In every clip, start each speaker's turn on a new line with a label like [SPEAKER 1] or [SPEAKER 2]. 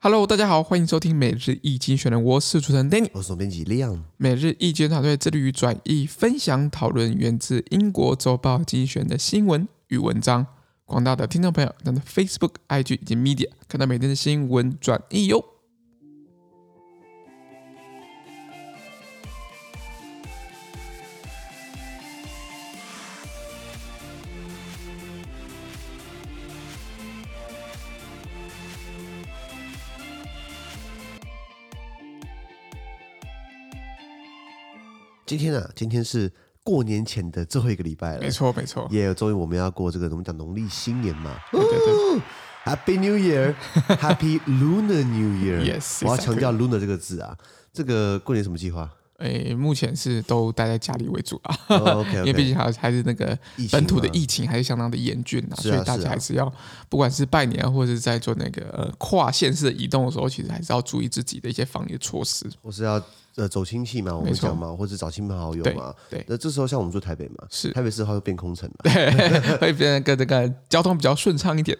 [SPEAKER 1] Hello，大家好，欢迎收听每日易经选人，我是主持人 Danny。
[SPEAKER 2] 我哦是总编辑 Leon。
[SPEAKER 1] 每日易经团队致力于转译、分享、讨论源自英国周报精选的新闻与文章。广大的听众朋友，咱的 Facebook、IG 以及 Media 看到每天的新闻转哦译哟。
[SPEAKER 2] 今天啊，今天是过年前的最后一个礼拜了
[SPEAKER 1] 没，错，没错，
[SPEAKER 2] 耶终于我们要过这个我们讲农历新年嘛。
[SPEAKER 1] 对对
[SPEAKER 2] Happy New Year，Happy Lunar New Year。
[SPEAKER 1] Yes，
[SPEAKER 2] 我要
[SPEAKER 1] exactly
[SPEAKER 2] 强调 “lunar” 这个字啊。这个过年什么 计划
[SPEAKER 1] 对，诶，目前是都待在家里为主啊，
[SPEAKER 2] ？OK
[SPEAKER 1] 因为毕
[SPEAKER 2] OK 。
[SPEAKER 1] 竟还还是那个
[SPEAKER 2] 哦疫情
[SPEAKER 1] 本土的
[SPEAKER 2] 嘛
[SPEAKER 1] 疫情还是相当的严峻啊，
[SPEAKER 2] 是
[SPEAKER 1] 所
[SPEAKER 2] 啊
[SPEAKER 1] 以大
[SPEAKER 2] 是
[SPEAKER 1] 家
[SPEAKER 2] 啊
[SPEAKER 1] 还是要不管是拜年啊或者是在做那个、呃、跨县市的移动的时候，其实还是要注意自己的一些防疫措施。
[SPEAKER 2] 我是要呃走亲戚嘛，我们
[SPEAKER 1] 没错
[SPEAKER 2] 讲嘛，或者找亲朋好友嘛。
[SPEAKER 1] 对对
[SPEAKER 2] 那这时候像我们住台北嘛，
[SPEAKER 1] 是
[SPEAKER 2] 台北市的话会变空城嘛。
[SPEAKER 1] 对， 会变得跟这个交通比较顺畅一点。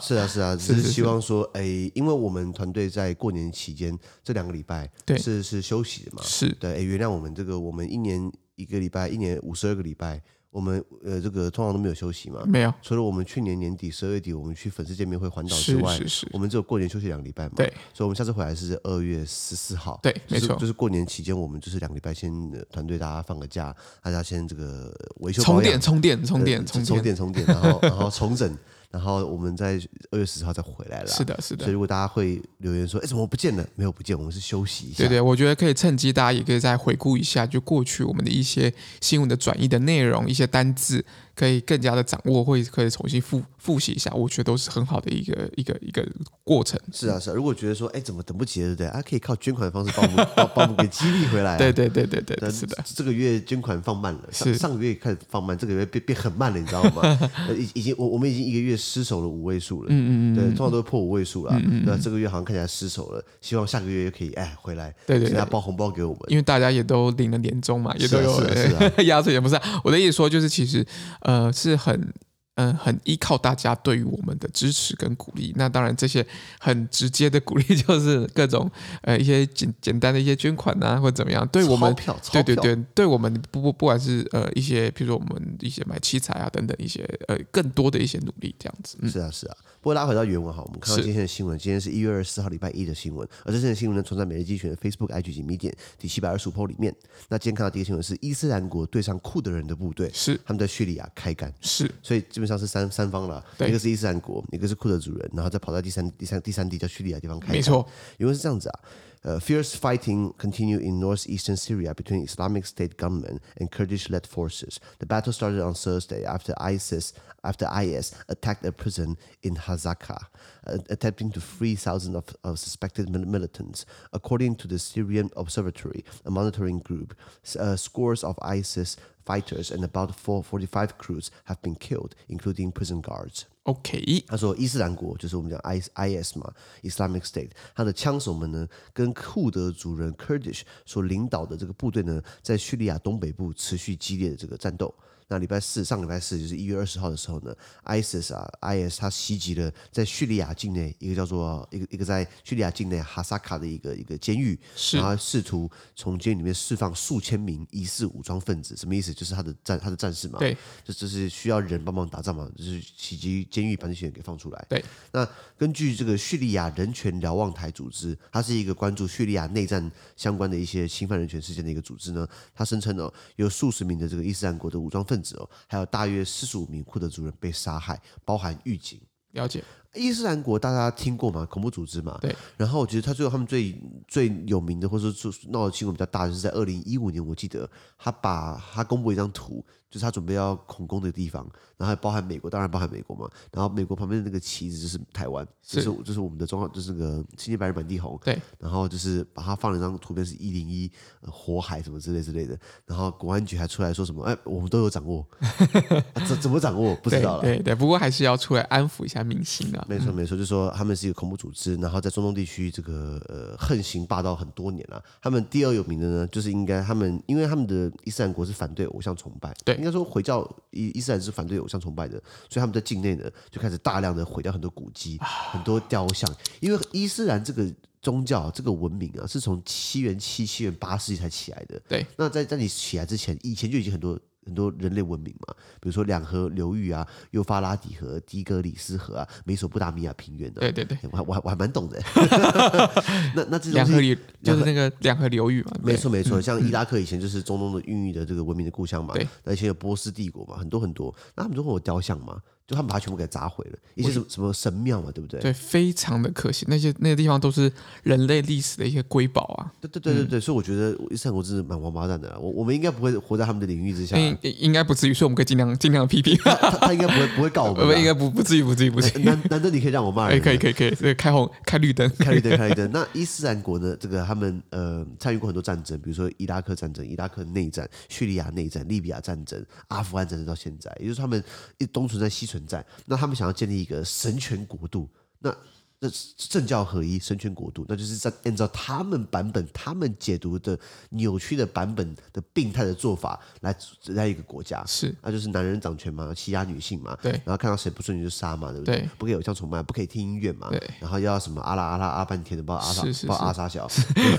[SPEAKER 2] 是啊是啊，只
[SPEAKER 1] 是
[SPEAKER 2] 是
[SPEAKER 1] 是
[SPEAKER 2] 希望说，哎，因为我们团队在过年期间这两个礼拜
[SPEAKER 1] 对
[SPEAKER 2] 是是休息的嘛，
[SPEAKER 1] 是，
[SPEAKER 2] 对，诶原谅我们这个，我们一年一个礼拜，一年五十二个礼拜，我们呃这个通常都没有休息嘛。
[SPEAKER 1] 没有，
[SPEAKER 2] 除了我们去年年底十二月底我们去粉丝见面会环岛之
[SPEAKER 1] 是
[SPEAKER 2] 外，
[SPEAKER 1] 是是
[SPEAKER 2] 我，们只有过年休息两个礼拜嘛。
[SPEAKER 1] 对，
[SPEAKER 2] 所以我们下次回来是二月十四号。
[SPEAKER 1] 对
[SPEAKER 2] 就
[SPEAKER 1] 没
[SPEAKER 2] 是，
[SPEAKER 1] 错
[SPEAKER 2] 就是过年期间我们就是两个礼拜先呃团队大家放个假，大家先这个维修
[SPEAKER 1] 充
[SPEAKER 2] 保养
[SPEAKER 1] 电，充电，充
[SPEAKER 2] 呃
[SPEAKER 1] 电，充
[SPEAKER 2] 充
[SPEAKER 1] 电。
[SPEAKER 2] 电充电，然后然后重整，然后我们在二月十四号再回来了。
[SPEAKER 1] 是。的，是的
[SPEAKER 2] 所以，如果大家会留言说，哎，怎么不见了？没有不见，我们是休息一下。
[SPEAKER 1] 对对，我觉得可以趁机，大家也可以再回顾一下，就过去我们的一些新闻的转译的内容，一些单字，可以更加的掌握，会可以重新复复习一下，我觉得都是很好的一个一个一个过程。
[SPEAKER 2] 是啊，是啊。如果觉得说，哎，怎么等不及了，对不对？啊，可以靠捐款的方式把我们 把把我们给激励回来、啊。
[SPEAKER 1] 对对对对对，
[SPEAKER 2] 但
[SPEAKER 1] 是的，
[SPEAKER 2] 这个月捐款放慢了，上
[SPEAKER 1] 是
[SPEAKER 2] 上个月开始放慢，这个月变变很慢了，你知道 吗？呃已已经我我们已经一个月失守了五位数了，嗯嗯对，通常都会破五位数了，
[SPEAKER 1] 嗯
[SPEAKER 2] 那这个月好像看起来失守了，希望下个月又可以哎回来，
[SPEAKER 1] 对对
[SPEAKER 2] 请大家
[SPEAKER 1] 对
[SPEAKER 2] 包红包给我们，
[SPEAKER 1] 因为大家也都领了年终嘛，也都有
[SPEAKER 2] 是啊是啊
[SPEAKER 1] 压岁钱，不是啊、我的意思说，就是其实呃是很。嗯，很依靠大家对于我们的支持跟鼓励。那当然，这些很直接的鼓励 就是各种呃一些简简单的一些捐款啊，或者怎么样，对我们
[SPEAKER 2] 钞票，钞
[SPEAKER 1] 对
[SPEAKER 2] 票
[SPEAKER 1] 对对，对我们不不不管是呃一些，比如说我们一些买器材啊等等一些呃更多的一些努力这样子。嗯，
[SPEAKER 2] 是啊，是啊。不过拉回到原文哈，我们看到
[SPEAKER 1] 是
[SPEAKER 2] 今天的新闻，今天是一月二十四号礼拜一的新闻，而这天的新闻呢，存在每日精选的 Facebook、IG 及 Medium 第七百二十五 p 里面。那今天看到第一个新闻是伊斯兰国对上库德人的部队，
[SPEAKER 1] 是
[SPEAKER 2] 他们在叙利亚开干，
[SPEAKER 1] 是，
[SPEAKER 2] 所以基本上是三三方了，
[SPEAKER 1] 对
[SPEAKER 2] 一个是伊斯兰国，一个是库德族人，然后再跑到第三第三第三地叫叙利亚的地方开干。
[SPEAKER 1] 没错，
[SPEAKER 2] 因为是这样子啊，呃，fierce fighting continue in northeastern Syria between Islamic State government and Kurdish-led forces. The battle started on Thursday after ISIS after IS attacked a prison in Hazaka, uh, attempting to free thousands of, of suspected mil- militants. According to the Syrian Observatory, a monitoring group, s- uh, scores of ISIS fighters and about 4, 45 crews have been killed, including prison guards.
[SPEAKER 1] OK，
[SPEAKER 2] 他说，伊斯兰国就是我们讲 I I S 嘛，Islamic State，他的枪手们呢，跟库德族人 Kurdish 所领导的这个部队呢，在叙利亚东北部持续激烈的这个战斗。那礼拜四，上礼拜四就是一月二十号的时候呢，ISIS 啊，IS 它袭击了在叙利亚境内一个叫做一个一个在叙利亚境内哈萨卡的一个一个监狱，
[SPEAKER 1] 是
[SPEAKER 2] 然后试图从监狱里面释放数千名疑似武装分子，什么意思？就是他的战他的战士嘛，
[SPEAKER 1] 对，
[SPEAKER 2] 这这是需要人帮忙打仗嘛，就是袭击监狱把那些人给放出来。
[SPEAKER 1] 对，
[SPEAKER 2] 那根据这个叙利亚人权瞭望台组织，它是一个关注叙利亚内战相关的一些侵犯人权事件的一个组织呢，它声称哦，有数十名的这个伊斯兰国的武装分子哦，还有大约四十五名库德族人被杀害，包含狱警。
[SPEAKER 1] 了解，
[SPEAKER 2] 伊斯兰国大家听过嘛，恐怖组织嘛，
[SPEAKER 1] 对。
[SPEAKER 2] 然后我觉得他最后他们最最有名的，或者说闹的新闻比较大，就是在二零一五年，我记得他把他公布一张图，就是他准备要恐攻的地方，然后还包含美国，当然包含美国嘛。然后美国旁边的那个旗子就是台湾，
[SPEAKER 1] 是
[SPEAKER 2] 就是就是我们的中华，就是那个青天白日满地红。
[SPEAKER 1] 对，
[SPEAKER 2] 然后就是把它放了一张图片，是一零一呃火海什么之类之类的。然后国安局还出来说什么，哎，我们都有掌握，啊、怎怎么掌握不
[SPEAKER 1] 不
[SPEAKER 2] 知道了。
[SPEAKER 1] 对对对，不过还是要出来安抚一下民心的、啊，
[SPEAKER 2] 没错，没错，就说他们是一个恐怖组织，然后在中东地区这个呃横行霸道很多年了、他们第二有名的呢，就是应该他们，因为他们的伊斯兰国是反对偶像崇拜，
[SPEAKER 1] 对
[SPEAKER 2] 应该说回教伊伊斯兰是反对偶像崇拜的，所以他们在境内呢就开始大量的毁掉很多古
[SPEAKER 1] 啊
[SPEAKER 2] 迹、很多雕像，因为伊斯兰这个。宗教这个文明啊，是从七元七、七元八世纪才起来的。
[SPEAKER 1] 对，
[SPEAKER 2] 那在在你起来之前，以前就已经很多很多人类文明嘛，比如说两河流域啊、幼发拉底河、底格里斯河啊、美索不达米亚平原的、啊哎
[SPEAKER 1] 对对对，
[SPEAKER 2] 我还我还我还 蛮懂的。那那这种
[SPEAKER 1] 两河
[SPEAKER 2] 是
[SPEAKER 1] 流就是那个两河流域嘛，对
[SPEAKER 2] 没错没错，像伊拉克以前就是中东的孕育的这个文明的故乡嘛
[SPEAKER 1] 对，
[SPEAKER 2] 那以前有波斯帝国嘛，很多很多，那他们都会有雕像嘛，就他们把它全部给砸毁了，一些什么什么神庙嘛，对不对？
[SPEAKER 1] 对，非常的可惜，那些那些地方都是人类历史的一些瑰宝啊，
[SPEAKER 2] 对对对对对，所以我觉得伊斯兰国真的蛮王八蛋的啦，啊我我们应该不会活在他们的领域之下啦，
[SPEAKER 1] 应应应该不至于，所以我们可以尽量尽量批评，
[SPEAKER 2] 他他应该不会不 会告我
[SPEAKER 1] 呃，应
[SPEAKER 2] 们啦。
[SPEAKER 1] 该不不至于，不至于， 不至于。
[SPEAKER 2] 哎难难得你可以让我骂
[SPEAKER 1] 哎，
[SPEAKER 2] 人，啊
[SPEAKER 1] 可以，可以，可以，这个开红开绿灯，
[SPEAKER 2] 开绿灯，开绿灯。那伊斯兰国呢？这个他们呃参与过很多战争，比如说伊拉克战争、伊拉克内战、叙利亚内战、利比亚战争、阿富汗战争到现在，也就是他们一东存在西存在。那他们想要建立一个神权国度，那那政教合一、神权国度，那就是在按照他们版本、他们解读的扭曲的版本的病态的做法来来一个国家。
[SPEAKER 1] 是
[SPEAKER 2] 那就是男人掌权嘛，欺压女性嘛，
[SPEAKER 1] 对
[SPEAKER 2] 然后看到谁不顺眼就杀嘛，对不对？
[SPEAKER 1] 对
[SPEAKER 2] 不可以偶像崇拜，不可以听音乐嘛，
[SPEAKER 1] 对
[SPEAKER 2] 然后要什么阿拉阿拉阿半天的，不知道阿啥，
[SPEAKER 1] 是是
[SPEAKER 2] 不知道阿啥小，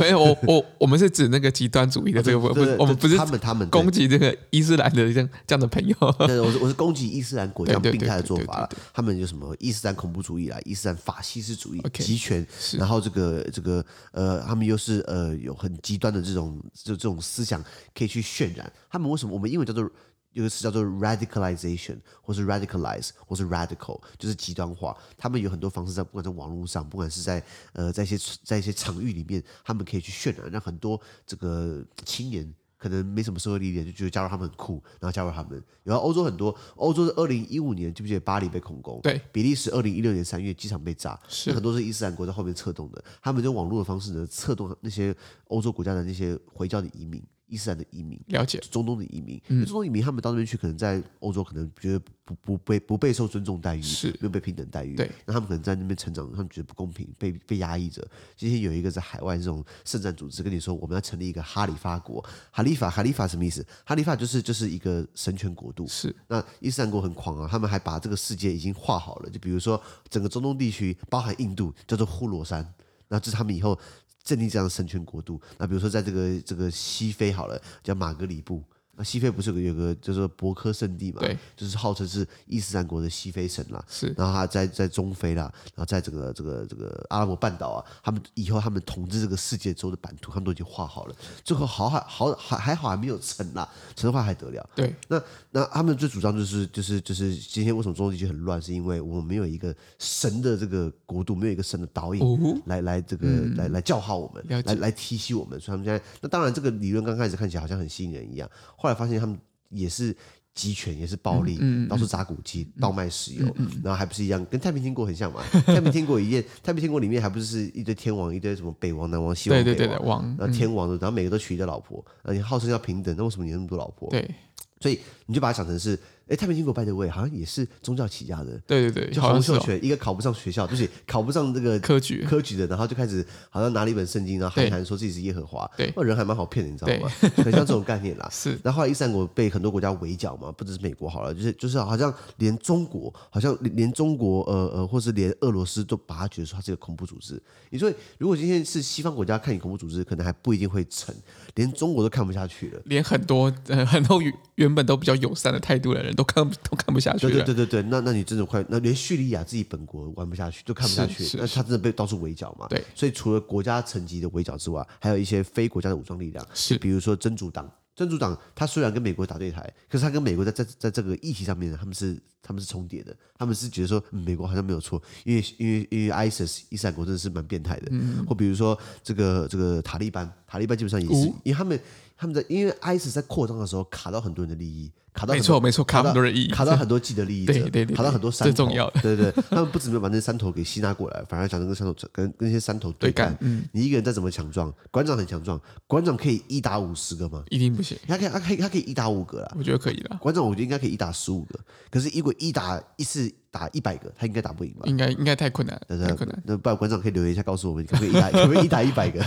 [SPEAKER 1] 没有，我我我们是指那个极端主义 的这个，不不
[SPEAKER 2] 对对，
[SPEAKER 1] 我们不是
[SPEAKER 2] 他们他们
[SPEAKER 1] 攻
[SPEAKER 2] 攻，
[SPEAKER 1] 击这个伊斯兰的这样这样的朋友，
[SPEAKER 2] 对，我是我是攻击伊斯兰国这样
[SPEAKER 1] 对对
[SPEAKER 2] 病态的
[SPEAKER 1] 对
[SPEAKER 2] 做
[SPEAKER 1] 对
[SPEAKER 2] 法啦，他们有什么伊斯兰恐怖主义啦，伊斯兰法西斯主义
[SPEAKER 1] OK，
[SPEAKER 2] 集权，然后这个这个呃，他们又是呃有很极端的这种就这种思想可以去渲染，他们为什么我们英文叫做。有个词叫做 radicalization，或是 radicalize，或是 radical，就是极端化。他们有很多方式在，不管在网络上，不管是在呃在一些在一些场域里面，他们可以去渲染，让很多这个青年可能没什么社会历练，就觉得加入他们很酷，然后加入他们。然后欧洲很多，欧洲是二零一五年，记不记得巴黎被恐攻？
[SPEAKER 1] 对，
[SPEAKER 2] 比利时二零一六年三月机场被炸，
[SPEAKER 1] 是
[SPEAKER 2] 那很多是伊斯兰国在后面策动的，他们用网络的方式呢策动那些欧洲国家的那些回教的移民。伊斯兰的移民，
[SPEAKER 1] 了解，嗯
[SPEAKER 2] 中东的移民，中东移民他们到那边去，可能在欧洲可能觉得不不被不被受尊重待遇，
[SPEAKER 1] 是
[SPEAKER 2] 没有被平等待遇，
[SPEAKER 1] 对，
[SPEAKER 2] 那他们可能在那边成长，他们觉得不公平，被被压抑着。今天有一个在海外这种圣战组织跟你说，我们要成立一个哈里发国，哈里法，哈里法什么意思？哈里法就是就是一个神权国度，
[SPEAKER 1] 是
[SPEAKER 2] 那伊斯兰国很狂啊，他们还把这个世界已经画好了，就比如说整个中东地区，包含印度，叫做呼罗珊，那这是他们以后建立这样的神权国度。那比如说在这个这个西非好了，叫马格里布。那西非不是有个有个叫做博科圣地嘛？
[SPEAKER 1] 对，
[SPEAKER 2] 就是号称是伊斯兰国的西非省啦。
[SPEAKER 1] 是
[SPEAKER 2] 然后他在在中非啦，然后在这个这个这个阿拉伯半岛啊，他们以后他们统治这个世界州的版图，他们都已经画好了。最后好还好还还好还没有成啦，成的话还得了。
[SPEAKER 1] 对，
[SPEAKER 2] 那那他们最主张就是就是就是今天为什么中东地区很乱，是因为我们没有一个神的这个国度，没有一个神的导引、
[SPEAKER 1] 哦
[SPEAKER 2] 来来这个、来来教化我们，
[SPEAKER 1] 了解
[SPEAKER 2] 来来提醒我们。所以他们现在那当然这个理论刚开始看起来好像很吸引人一样，后来发现他们也是。集权也是暴力，
[SPEAKER 1] 嗯
[SPEAKER 2] 到处砸古迹，倒卖石油，然后还不是一样，跟太平天国很像嘛？太平天国一夜，太平天国里面还不是一堆天王，一堆什么北王、南王、西王、
[SPEAKER 1] 对
[SPEAKER 2] 北
[SPEAKER 1] 对对嗯
[SPEAKER 2] 王，
[SPEAKER 1] 对，王，
[SPEAKER 2] 然后天王的，然后每个都娶一个老婆，而且号称要平等，那为什么你有那么多老婆？
[SPEAKER 1] 对
[SPEAKER 2] 所以你就把它想成是，哎，太平天国 by the way 好像也是宗教起家的，
[SPEAKER 1] 对对对，
[SPEAKER 2] 就
[SPEAKER 1] 好
[SPEAKER 2] 洪
[SPEAKER 1] 像是
[SPEAKER 2] 秀
[SPEAKER 1] 哦
[SPEAKER 2] 全一个考不上学校，对不是考不上这个
[SPEAKER 1] 科举，
[SPEAKER 2] 科举的，然后就开始好像拿了一本圣经，然后
[SPEAKER 1] 对
[SPEAKER 2] 喊喊说自己是耶和华，
[SPEAKER 1] 对
[SPEAKER 2] 哇人还蛮好骗的，你知道吗？ 很像这种概念啦。
[SPEAKER 1] 是
[SPEAKER 2] 然后后来伊斯兰国被很多国家围剿嘛，不只是美国好了，就是就是好像连中国，好像连连中国呃呃，或是连俄罗斯都把它觉得说它是一个恐怖组织。你说如果今天是西方国家看你恐怖组织，可能还不一定会成，连中国都看不下去了。
[SPEAKER 1] 连很多呃很多原原本都比较友善的态度的人都看都看不下去
[SPEAKER 2] 对对
[SPEAKER 1] 了，
[SPEAKER 2] 对对对，那那你真的快，那连叙利亚自己本国玩不下去，就看不下去
[SPEAKER 1] 是是，
[SPEAKER 2] 那他真的被到处围剿嘛？
[SPEAKER 1] 对，
[SPEAKER 2] 所以除了国家层级的围剿之外，还有一些非国家的武装力量，
[SPEAKER 1] 是
[SPEAKER 2] 比如说真主党。真主党他虽然跟美国打对台，可是他跟美国在在在这个议题上面，他们是他们是重叠的，他们是觉得说、嗯美国好像没有错，因为因为因为 ISIS 伊斯兰国真的是蛮变态的，
[SPEAKER 1] 嗯
[SPEAKER 2] 或比如说这个这个塔利班，塔利班基本上也
[SPEAKER 1] 哦
[SPEAKER 2] 是，因为他们他们在因为 ISIS 在扩张的时候卡到很多人的利益，卡到
[SPEAKER 1] 没
[SPEAKER 2] 很多
[SPEAKER 1] 错没错，卡
[SPEAKER 2] 到
[SPEAKER 1] 很多人意义，
[SPEAKER 2] 卡到很多既得利益者，
[SPEAKER 1] 对对对
[SPEAKER 2] 卡到很多山
[SPEAKER 1] 最
[SPEAKER 2] 头，
[SPEAKER 1] 重要
[SPEAKER 2] 对对 对，他们不止没有把那山头给吸纳过来，反而想着跟山头跟跟那些山头对
[SPEAKER 1] 对干嗯
[SPEAKER 2] 干。你一个人再怎么强壮，馆长很强壮，馆长可以一打五十个吗？
[SPEAKER 1] 一定不行，
[SPEAKER 2] 他可以他可以他可以一打五个啦，
[SPEAKER 1] 我觉得可以的，
[SPEAKER 2] 馆长我觉得应该可以一打十五个，可是如果一打一次打一百个，他应该打不赢吧？
[SPEAKER 1] 应该应该太困难了，
[SPEAKER 2] 对
[SPEAKER 1] 太
[SPEAKER 2] 对
[SPEAKER 1] 困难。，
[SPEAKER 2] 那不然观众可以留言一下，告诉我们可不可以一打可不可以一打一 百个？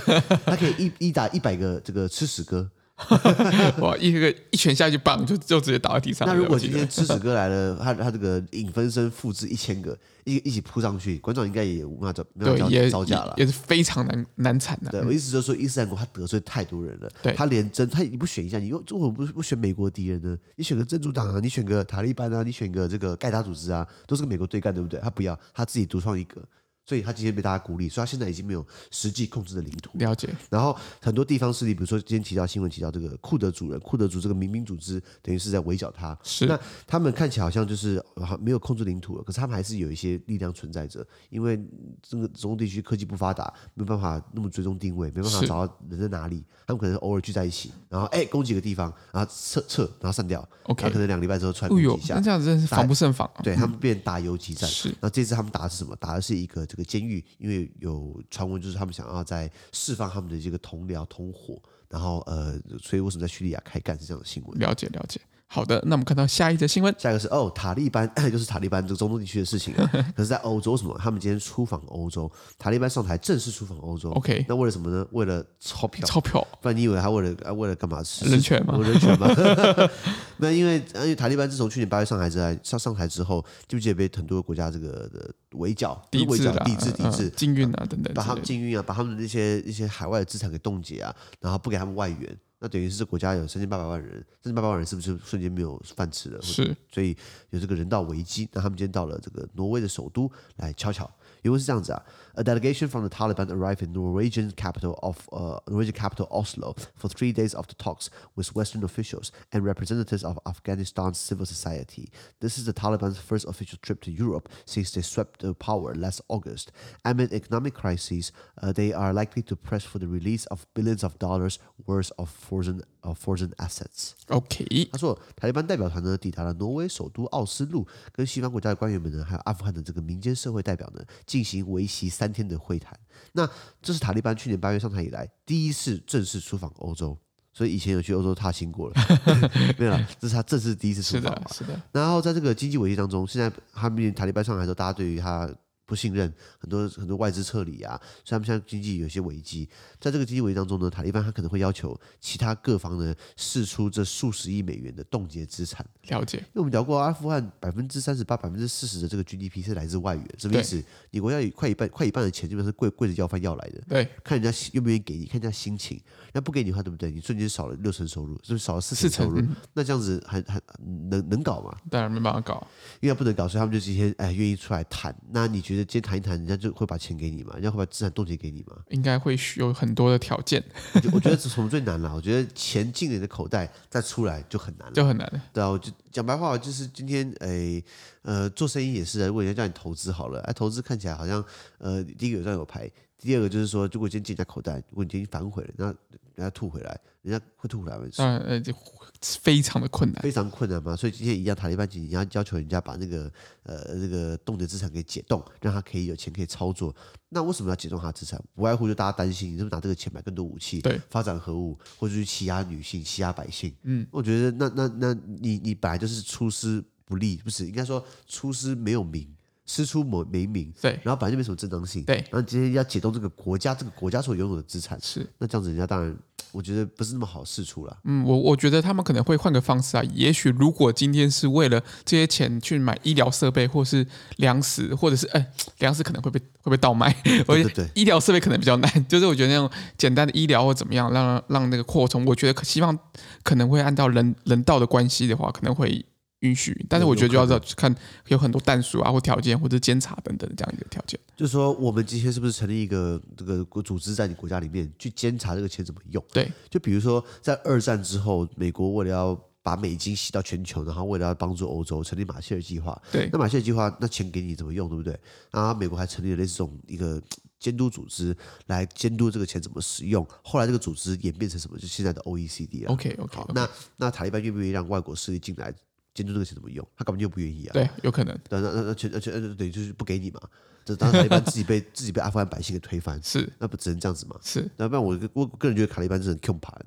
[SPEAKER 2] 他可以一一打一百个这个吃屎哥。
[SPEAKER 1] 哇，一个一拳下去，棒就就直接打到地上了。
[SPEAKER 2] 那如
[SPEAKER 1] 我
[SPEAKER 2] 果
[SPEAKER 1] 记
[SPEAKER 2] 今
[SPEAKER 1] 得
[SPEAKER 2] 天吃屎哥 来了，他他这个影分身复制一千个，一一起扑上去，观众应该也无法招没有
[SPEAKER 1] 对也
[SPEAKER 2] 招招架了。
[SPEAKER 1] 也是非常难难产的、
[SPEAKER 2] 对，我意思就是说，伊斯兰国他得罪太多人了，
[SPEAKER 1] 对
[SPEAKER 2] 他连真他你不选一下，你又为什么不不选美国敌人呢？你选个真主党啊，你选个塔利班啊，你选个这个盖达组织啊，都是跟美国对干，对不对？他不要，他自己独创一格，所以他今天被大家孤立，所以他现在已经没有实际控制的领土。
[SPEAKER 1] 了解，
[SPEAKER 2] 然后很多地方势力，比如说今天提到新闻提到这个库德族人，库德族这个民兵组织，等于是在围剿他。
[SPEAKER 1] 是
[SPEAKER 2] 那他们看起来好像就是好没有控制领土了，可是他们还是有一些力量存在着，因为这个中东地区科技不发达，没办法那么追踪定位，没办法
[SPEAKER 1] 是
[SPEAKER 2] 找到人在哪里，他们可能偶尔聚在一起，然后哎攻击个地方，然后撤撤，然后散掉
[SPEAKER 1] OK
[SPEAKER 2] 然后可能两个礼拜之后出来攻
[SPEAKER 1] 哦
[SPEAKER 2] 击
[SPEAKER 1] 呦
[SPEAKER 2] 一，下
[SPEAKER 1] 那，这样子真是防不胜防、啊。
[SPEAKER 2] 对他们变打游击战。
[SPEAKER 1] 是
[SPEAKER 2] 然后这次他们打的是什么？打的是一个这个监狱，因为有传闻就是他们想要在释放他们的这个同僚同伙，然后呃，所以为什么在叙利亚开干是这样的新闻。
[SPEAKER 1] 了解了解。好的，那我们看到下一则新闻，
[SPEAKER 2] 下一个是哦，塔利班 就是塔利班这个中东地区的事情啊。 可是，在欧洲什么？他们今天出访欧洲，塔利班上台正式出访欧洲。
[SPEAKER 1] OK
[SPEAKER 2] 那为了什么呢？为了钞票。
[SPEAKER 1] 钞票
[SPEAKER 2] 不然你以为他为了啊为了干嘛？是
[SPEAKER 1] 人权吗
[SPEAKER 2] 我人权吗？ 那因为因为塔利班自从去年八月上台之后，上上台之后，记不记得被很多国家这个呃围剿、
[SPEAKER 1] 抵
[SPEAKER 2] 围
[SPEAKER 1] 制
[SPEAKER 2] 剿
[SPEAKER 1] 啦、、
[SPEAKER 2] 抵制、抵
[SPEAKER 1] 嗯
[SPEAKER 2] 制，
[SPEAKER 1] 禁运啊等等
[SPEAKER 2] 把
[SPEAKER 1] 之类
[SPEAKER 2] 他们
[SPEAKER 1] 的。
[SPEAKER 2] 禁运啊，把他们的那些一些海外的资产给冻结啊，然后不给他们外援。那等于是这国家有三千八百万人，三千八百万人是不是瞬间没有饭吃了？
[SPEAKER 1] 是
[SPEAKER 2] 所以有这个人道危机。那他们今天到了这个挪威的首都来瞧瞧，因为是这样子啊，A delegation from the Taliban arrived in Norwegian capital of 呃、Norwegian capital Oslo for three days of the talks with Western officials and representatives of Afghanistan's civil society. This is the Taliban's first official trip to Europe since they swept the power last August. Amid economic crises, uh, they are likely to press for the release of billions of dollars worth of foreign of foreign assets.
[SPEAKER 1] OK，
[SPEAKER 2] 他说，塔利班代表团呢抵达了挪威首都奥斯陆，跟西方国家的官员们呢，还有阿富汗的这个民间社会代表呢，进行为期三天的会谈。那这是塔利班去年八月上台以来第一次正式出访欧洲，所以以前有去欧洲踏青过了， 没有啦，这是他正式第一次出
[SPEAKER 1] 是
[SPEAKER 2] 访
[SPEAKER 1] 的
[SPEAKER 2] 嘛，。
[SPEAKER 1] 是的，
[SPEAKER 2] 然后在这个经济危机当中，现在他面临塔利班上台之后，大家对于他不信任，很多很多外资撤离啊，所以他们现在经济有一些危机。在这个经济危机当中呢，塔利班他可能会要求其他各方呢释出这数十亿美元的冻结资产。
[SPEAKER 1] 了解，
[SPEAKER 2] 因为我们聊过，阿富汗百分之三十八、百分之四十的这个 GDP 是来自外援，什么意思？你国家有快一半、快一半的钱基本上是跪跪着要饭要来的，
[SPEAKER 1] 对，
[SPEAKER 2] 看人家愿不愿意给你，看人家心情。那不给你的话，对不对？你瞬间少了六成收入，是不是少了四
[SPEAKER 1] 四
[SPEAKER 2] 成
[SPEAKER 1] 成嗯
[SPEAKER 2] 收入？那这样子还还能能搞吗？
[SPEAKER 1] 当然没办法搞。啊
[SPEAKER 2] 因为他不能搞，所以他们就今天哎愿意出来谈。那你觉得今天谈一谈，人家就会把钱给你吗？人家会把资产冻结给你吗？
[SPEAKER 1] 应该会需有很多的条件，
[SPEAKER 2] 我觉我觉得这从最难了，我觉得钱进你的口袋再出来就很 难了。
[SPEAKER 1] 就很难了。
[SPEAKER 2] 对啊，我就讲白话，就是今天哎呃做生意也是啊，如果人家叫你投资好了，哎、投资看起来好像呃第一个有赚有赔，第二个就是说如果今天进人家口袋，如果你今天反悔了，那人家吐回来，人家会吐回来吗？
[SPEAKER 1] 当然，呃，就非常的困难。
[SPEAKER 2] 非常困难嘛，所以今天一样，塔利班警要要求人家把那个呃那个冻结资产给解冻，让他可以有钱可以操作。那为什么要解冻他的资产？不外乎就大家担心，你是不是拿这个钱买更多武器，
[SPEAKER 1] 对，
[SPEAKER 2] 发展核武，或者去欺压女性、欺压百姓？嗯，我觉得那那那你你本来就是出师不利，不是应该说出师没有名，师出没没名，
[SPEAKER 1] 对，
[SPEAKER 2] 然后本来就没什么正当性，
[SPEAKER 1] 对
[SPEAKER 2] 然后今天要解冻这个国家这个国家所拥有的资产，
[SPEAKER 1] 是，
[SPEAKER 2] 那这样子人家当然我觉得不是那么好事出了。
[SPEAKER 1] 嗯，我我觉得他们可能会换个方式啊。也许如果今天是为了这些钱去买医疗设备，或是粮食，或者是哎，粮食可能会被会被倒卖。我觉
[SPEAKER 2] 对对
[SPEAKER 1] 得医疗设备可能比较难， 就是我觉得那种简单的医疗或怎么样，让让那个扩充，我觉得可希望可能会按照人人道的关系的话，可能会。允许，但是
[SPEAKER 2] 有
[SPEAKER 1] 我觉得就
[SPEAKER 2] 有
[SPEAKER 1] 要
[SPEAKER 2] 可能
[SPEAKER 1] 看有很多弹数啊，或条件，或者监察等等这样一个条件。
[SPEAKER 2] 就是说，我们今天是不是成立一个这个国组织在你国家里面去监察这个钱怎么用？
[SPEAKER 1] 对，
[SPEAKER 2] 就比如说，在二战之后，美国为了要把美金吸到全球，然后为了要帮助欧洲，成立马歇尔计划。
[SPEAKER 1] 对
[SPEAKER 2] 那马歇尔计划，那钱给你怎么用，对不对？然后美国还成立了类似这种一个监督组织来监督这个钱怎么使用。后来这个组织演变成什么？就现在的 OECD 了。
[SPEAKER 1] ，OK OK，
[SPEAKER 2] 好，那那塔利班愿不愿意让外国势力进来？监督这个钱怎么用？他根本就不愿意啊。
[SPEAKER 1] 对，有可能
[SPEAKER 2] 那那那那全而且等于就是不给你嘛，这当然塔利班自己被自己被阿富汗百姓给推翻，
[SPEAKER 1] 是
[SPEAKER 2] 那不只能这样子嘛？
[SPEAKER 1] 是
[SPEAKER 2] 那不然我个我个人觉得塔利班是很 Q 盘，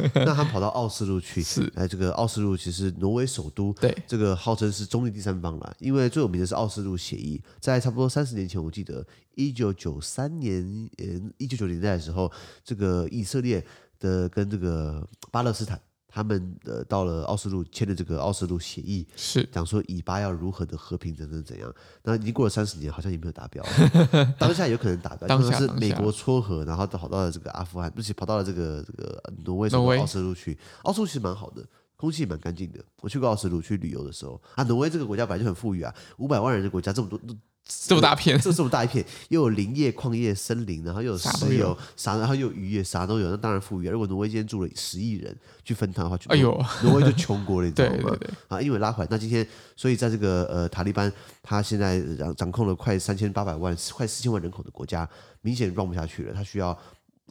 [SPEAKER 2] 知道吗那他跑到奥斯陆去，
[SPEAKER 1] 是
[SPEAKER 2] 哎，这个奥斯陆其实挪威首都，
[SPEAKER 1] 对
[SPEAKER 2] 这个号称是中立第三方啦，因为最有名的是奥斯陆协议，在差不多三十年前，我记得一九九三年，呃，一九九零年代的时候，这个以色列的跟这个巴勒斯坦。他们呃到了奥斯陆签了这个奥斯陆协议，
[SPEAKER 1] 是
[SPEAKER 2] 讲说以巴要如何的和平等等怎样，那已经过了三十年，好像也没有达标， 当下有可能达标，
[SPEAKER 1] 当下
[SPEAKER 2] 通常是
[SPEAKER 1] 当下
[SPEAKER 2] 美国撮合，然后跑到了这个阿富汗，不是跑到了这个这个呃挪威什
[SPEAKER 1] 挪
[SPEAKER 2] 么
[SPEAKER 1] 威
[SPEAKER 2] 奥斯陆去，奥斯陆其实蛮好的。空气也蛮干净的。我去过奥斯陆去旅游的时候，啊，挪威这个国家本来就很富裕啊，五百万人的国家，这么多
[SPEAKER 1] 这么大片，
[SPEAKER 2] 这这么大一片，又有林业、矿业、森林，然后又有
[SPEAKER 1] 啥都
[SPEAKER 2] 石油
[SPEAKER 1] 有，
[SPEAKER 2] 啥然后又有渔业，啥都有，那当然富裕啊。如果挪威今天住了十亿人去分摊的话，就
[SPEAKER 1] 哎呦，
[SPEAKER 2] 挪威就穷国了，你知
[SPEAKER 1] 对
[SPEAKER 2] 道吗？
[SPEAKER 1] 对对，
[SPEAKER 2] 啊，因为拉回来，那今天所以在这个呃塔利班，他现在掌掌控了快三千八百万、快四千万人口的国家，明显装不下去了，他需要。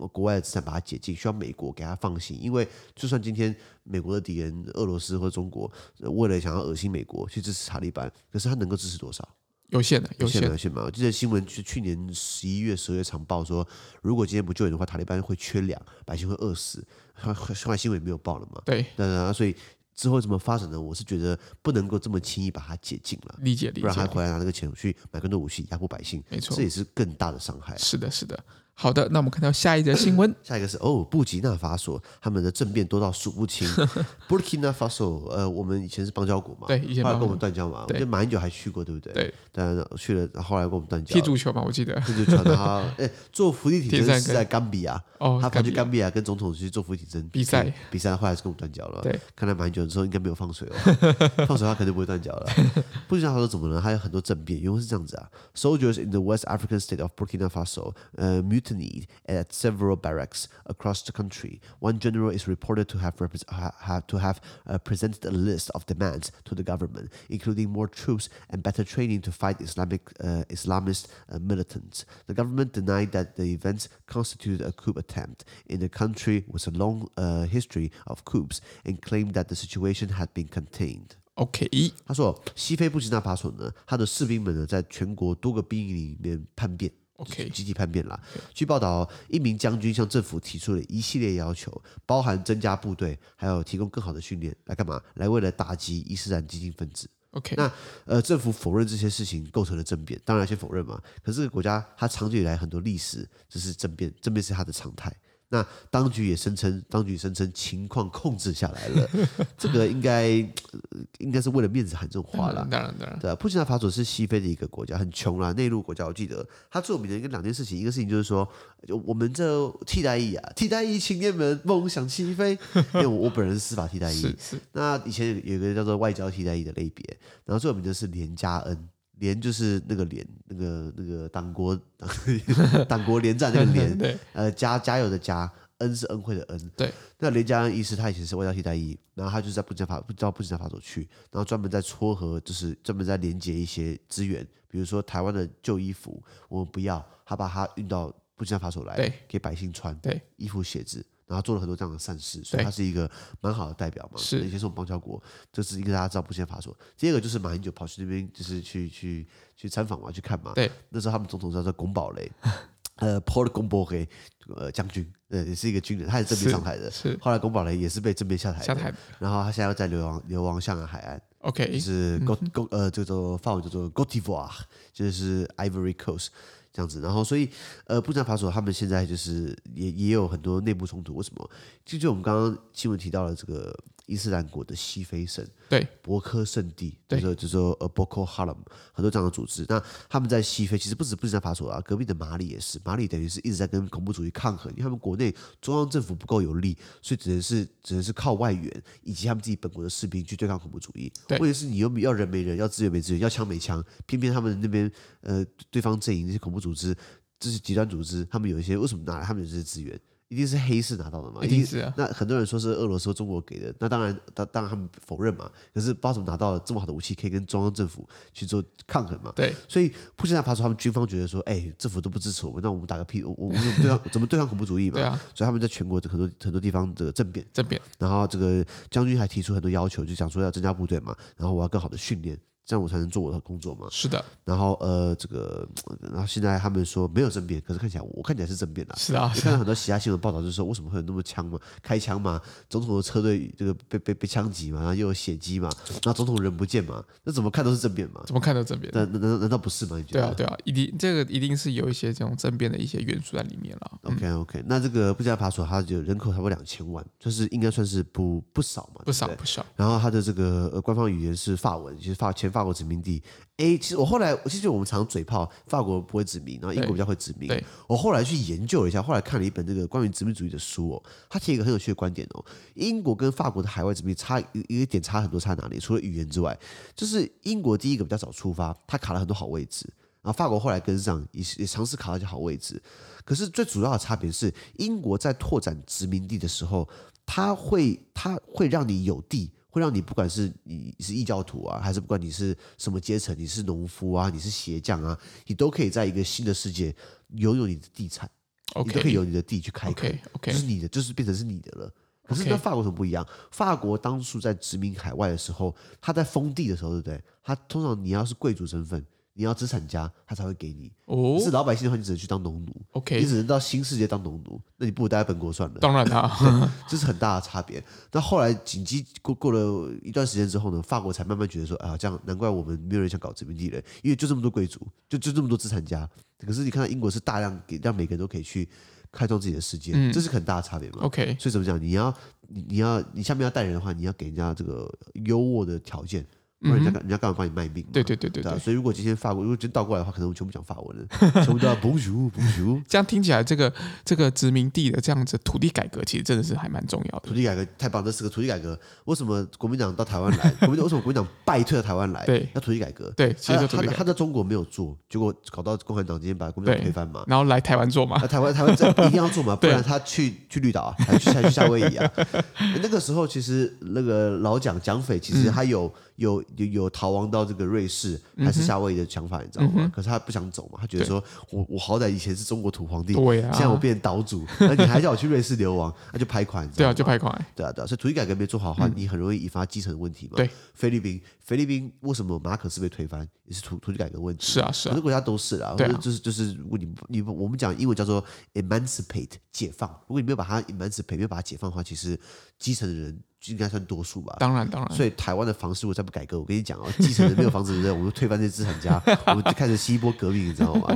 [SPEAKER 2] 呃国外的资产把它解禁，需要美国给他放行，因为就算今天美国的敌人俄罗斯或中国，呃为了想要恶心美国去支持塔利班，可是他能够支持多少？
[SPEAKER 1] 有限的，有限
[SPEAKER 2] 的，
[SPEAKER 1] 的，
[SPEAKER 2] 有限嘛。我记得新闻去去年十一月、十二月常报说，如果今天不救援的话，塔利班会缺粮，百姓会饿死。 后后后来新闻也没有报了嘛。
[SPEAKER 1] 对，
[SPEAKER 2] 那那啊所以之后怎么发展呢？我是觉得不能够这么轻易把它解禁了，
[SPEAKER 1] 理解理
[SPEAKER 2] 不然他
[SPEAKER 1] 解，
[SPEAKER 2] 回来拿那个钱去买更多武器压迫百姓，
[SPEAKER 1] 没错
[SPEAKER 2] 这也是更大的伤害啊。
[SPEAKER 1] 是的，是的。好的，那我们看到下一则新 闻
[SPEAKER 2] 下一个是哦，布吉纳法索，他们的政变多到数 不清。Burkina Faso，呃，我们以前是邦交国嘛，
[SPEAKER 1] 对以前
[SPEAKER 2] 后来
[SPEAKER 1] 邦
[SPEAKER 2] 跟我
[SPEAKER 1] 交
[SPEAKER 2] 们断交嘛，我
[SPEAKER 1] 对
[SPEAKER 2] 们马英九还去过，对不对？
[SPEAKER 1] 对，
[SPEAKER 2] 但去了，后来跟我们断交
[SPEAKER 1] 踢。足球嘛，我记得
[SPEAKER 2] 这就传到他， 哎、做伏地挺
[SPEAKER 1] 铁
[SPEAKER 2] 身
[SPEAKER 1] 三
[SPEAKER 2] 是
[SPEAKER 1] 跟
[SPEAKER 2] 在甘比亚，
[SPEAKER 1] 哦
[SPEAKER 2] 他跑去
[SPEAKER 1] 甘
[SPEAKER 2] 甘比亚跟总统去做伏地挺身
[SPEAKER 1] 比赛，
[SPEAKER 2] 比赛后来是跟我们断交了。
[SPEAKER 1] 对，
[SPEAKER 2] 看来马英九的时候应该没有放 水哦，放水他肯定不会断交了。不知道他说怎么了，他有很多政变，原文是这样子啊：Soldiers in the West African state of Burkina Faso, uh, mutinied at several barracks across the country. One general is reported to have repres- ha- ha- to have uh, presented a list of demands to the government, including more troops and better training to fight Islamic uh, Islamist uh, militants. The government denied that the events constituted a coup attempt in the country with a long uh, history of coups and claimed that the situation had been contained.
[SPEAKER 1] ，OK，
[SPEAKER 2] 他说，西非布吉纳法索呢，他的士兵们呢，在全国多个兵营里面叛变。
[SPEAKER 1] OK
[SPEAKER 2] 集体叛变啦。据报道，一名将军向政府提出了一系列要求，包含增加部队，还有提供更好的训练，来干嘛？来为了打击伊斯兰激进分子。
[SPEAKER 1] OK，嗯
[SPEAKER 2] 那呃，政府否认这些事情构成了政变，当然先否认嘛。可是这个国家它长久以来很多历史，这是政变，政变是它的常态。那当局也声称，当局声称情况控制下来了，这个应该、呃应该是为了面子喊这种话
[SPEAKER 1] 当
[SPEAKER 2] 啦
[SPEAKER 1] 然。当然当然，
[SPEAKER 2] 对啊，布吉纳法索是西非的一个国家，很穷啦，内陆国家。我记得它最有名的一个两件事情，一个事情就是说，就我们这替代役啊，替代役青年们梦想起飞。 因为我我本人是司法替代役，
[SPEAKER 1] 是是
[SPEAKER 2] 那以前有有一个叫做外交替代役的类别，然后最有名的是连家恩，连就是那个连，那个那个党国 党国联战那个连，
[SPEAKER 1] 对，
[SPEAKER 2] 呃，加加油的加，恩是恩惠的恩。
[SPEAKER 1] 对，
[SPEAKER 2] 那连家恩医师他以前是外交替代医，然后他就是在布吉纳法不知道布吉纳法索去，然后专门在撮合，就是专门在连接一些资源，比如说台湾的旧衣服我们不要，他把它运到布吉纳法索来
[SPEAKER 1] 对，
[SPEAKER 2] 给百姓穿，
[SPEAKER 1] 对，
[SPEAKER 2] 衣服鞋子。然后做了很多这样的善事，所以
[SPEAKER 1] 对
[SPEAKER 2] 他是一个蛮好的代表嘛。
[SPEAKER 1] 是
[SPEAKER 2] 以前是我们邦交国，这是一个大家知道布吉纳法索。第二个就是马英九跑去那边，就是去去去参访嘛，去看嘛。
[SPEAKER 1] 对，
[SPEAKER 2] 那时候他们总统叫做龚宝 雷，呃 p o r t g o m b o r 呃将军，呃也是一个军人，他也正面上台的。
[SPEAKER 1] 是
[SPEAKER 2] 后来龚宝雷也是被正面下台的，
[SPEAKER 1] 下台的
[SPEAKER 2] 然后他现在又在流亡流亡向海岸，
[SPEAKER 1] OK，
[SPEAKER 2] 就是 Go Go 呃这个法文叫做 g o t i v o i r 就是 Ivory Coast 这样子。然后所以呃布吉纳法索他们现在就是也也有很多内部冲突，为什么？就就我们刚刚新闻提到了这个伊斯兰国的西非省，
[SPEAKER 1] 对
[SPEAKER 2] 博科圣地，就
[SPEAKER 1] 对
[SPEAKER 2] 是就说呃 Boko Haram 很多这样的组织。那他们在西非其实不止布吉纳法索啊，隔壁的马里也是，马里等于是一直在跟恐怖主义抗衡，因为他们国内中央政府不够有力，所以只能是只能是靠外援以及他们自己本国的士兵去对抗恐怖主义。
[SPEAKER 1] 对
[SPEAKER 2] 问题是你又没要人没人，要资源没资源，要枪没枪，偏偏他们那边呃对方阵营那些恐怖组织。这些极端组织，他们有一些为什么拿来？他们有这些资源，一定是黑市拿到的嘛，
[SPEAKER 1] 一定是啊
[SPEAKER 2] 那很多人说是俄罗斯或中国给的，那当然，当当然他们否认嘛。可是不知道怎么拿到这么好的武器，可以跟中央政府去做抗衡嘛。
[SPEAKER 1] 对，
[SPEAKER 2] 所以普京在爬出，他们军方觉得说，哎，政府都不支持我们，那我们打个屁，我我我们怎么对抗 怎么对抗恐怖主义嘛？
[SPEAKER 1] 对啊，
[SPEAKER 2] 所以他们在全国的很多很多地方这个政变，
[SPEAKER 1] 这边
[SPEAKER 2] 然后这个将军还提出很多要求，就想说要增加部队嘛，然后我要更好的训练，这样我才能做我的工作嘛。
[SPEAKER 1] 是的，
[SPEAKER 2] 然后呃，这个，然后现在他们说没有政变，可是看起来我看起来是政变啦。
[SPEAKER 1] 是啊，
[SPEAKER 2] 我
[SPEAKER 1] 是
[SPEAKER 2] 看
[SPEAKER 1] 啊
[SPEAKER 2] 到很多其他新闻报道，就是说为什么会有那么枪嘛，开枪嘛，总统的车队这个被被被枪击嘛，然后又有血迹嘛，然后总统人不见嘛，那怎么看都是政变嘛？
[SPEAKER 1] 怎么看到这边？
[SPEAKER 2] 难难难难道不是吗？你觉
[SPEAKER 1] 对
[SPEAKER 2] 得？
[SPEAKER 1] 啊，对啊，一定这个一定是有一些这种政变的一些元素在里面了。嗯
[SPEAKER 2] OK OK，那这个布加帕索，它就人口差不多两千万，就是应该算是不不少嘛，
[SPEAKER 1] 不少
[SPEAKER 2] 对对
[SPEAKER 1] 不少，
[SPEAKER 2] 然后它的这个呃官方语言是法文，其实法前法国殖民地。诶，其实我后来其实我们常嘴炮法国不会殖民，然后英国比较会殖民
[SPEAKER 1] 对。
[SPEAKER 2] 我后来去研究了一下，后来看了一本这个关于殖民主义的书哦，他提一个很有趣的观点哦，英国跟法国的海外殖民差一一个点差很多，差哪里？除了语言之外，就是英国第一个比较早出发，它卡了很多好位置。然后法国后来跟上，也也尝试卡到一些好位置，可是最主要的差别是，英国在拓展殖民地的时候，它会它会让你有地，会让你不管是你是异教徒啊，还是不管你是什么阶层，你是农夫啊，你是鞋匠啊，你都可以在一个新的世界拥有你的地产你都可以
[SPEAKER 1] OK
[SPEAKER 2] 有你的地去开垦
[SPEAKER 1] OK
[SPEAKER 2] 就是
[SPEAKER 1] OK，
[SPEAKER 2] 你的，就是变成是你的了。可是
[SPEAKER 1] OK
[SPEAKER 2] 跟法国有什么不一样？法国当初在殖民海外的时候，他在封地的时候，对不对？他通常你要是贵族身份，你要资产家，他才会给你。
[SPEAKER 1] 哦
[SPEAKER 2] 是老百姓的话，你只能去当农奴。你
[SPEAKER 1] OK，
[SPEAKER 2] 只能到新世界当农奴，那你不如待在本国算了，
[SPEAKER 1] 当然 啦，
[SPEAKER 2] 这是很大的差别。那后来紧接过过了一段时间之后呢，法国才慢慢觉得说啊，这样难怪我们没有人想搞殖民地了，因为就这么多贵族，就就这么多资产家。可是你看到英国是大量给让每个人都可以去开创自己的世界，
[SPEAKER 1] 嗯
[SPEAKER 2] 这是很大的差别嘛。
[SPEAKER 1] OK
[SPEAKER 2] 所以怎么讲，你要你你要你下面要带人的话，你要给人家这个优渥的条件，不然人家干人家干嘛帮你卖命嘛？
[SPEAKER 1] 嗯对对对对
[SPEAKER 2] 对啊，
[SPEAKER 1] 对，
[SPEAKER 2] 所以如果今天法国如果真倒过来的话，可能我们全部讲法文了， 全部都要 bonjour bonjour。
[SPEAKER 1] 这样听起来，这个这个殖民地的这样子土地改革，其实真的是还蛮重要的
[SPEAKER 2] 土。地改革太棒，这四个土地改革，为什么国民党到台湾 来？国民党为什么国民党败退到台湾来？
[SPEAKER 1] 对
[SPEAKER 2] 要土地改革。
[SPEAKER 1] 对，其实
[SPEAKER 2] 他
[SPEAKER 1] 就
[SPEAKER 2] 他
[SPEAKER 1] 土地改
[SPEAKER 2] 他
[SPEAKER 1] 革，
[SPEAKER 2] 在中国没有做，结果搞到共产党今天把国民党
[SPEAKER 1] 对
[SPEAKER 2] 推翻嘛。
[SPEAKER 1] 然后来台湾做嘛
[SPEAKER 2] 那。台湾台湾这一定要 做嘛，不
[SPEAKER 1] 对
[SPEAKER 2] 然他去去绿岛啊，还去还去夏威 夷啊。那个时候其实那个老蒋蒋匪其
[SPEAKER 1] 嗯
[SPEAKER 2] 实他有、有有有逃亡到这个瑞士还
[SPEAKER 1] 嗯
[SPEAKER 2] 是夏威夷的想法，你知道吗？可是他不想走嘛，他觉得说我我好歹以前是中国土皇帝，
[SPEAKER 1] 对啊
[SPEAKER 2] 现在我变岛主，那你还叫我去瑞士流亡，那就拍款，你知
[SPEAKER 1] 对
[SPEAKER 2] 道
[SPEAKER 1] 啊，
[SPEAKER 2] 吗
[SPEAKER 1] 就拍款欸。
[SPEAKER 2] 对啊，对啊，所以土地改革没做好的话，你很容易引发基层问题嘛。
[SPEAKER 1] 嗯对，
[SPEAKER 2] 菲律宾，菲律宾为什么马可斯被推翻，也是土土地改革问题。
[SPEAKER 1] 是啊，是
[SPEAKER 2] 很
[SPEAKER 1] 啊
[SPEAKER 2] 多，国家都是啦，
[SPEAKER 1] 对啊
[SPEAKER 2] 就是就是，如果你不你不我们讲英文叫做 emancipate 解放，如果你没有把它 emancipate 没有把它解放的话，其实基层的人就应该算多数吧。
[SPEAKER 1] 当然当然。
[SPEAKER 2] 所以台湾的房市如果再不改革，我跟你讲哦，基层人没有房子的人，我们推翻这些资 产家，我们就开始西波革命，你知道吗？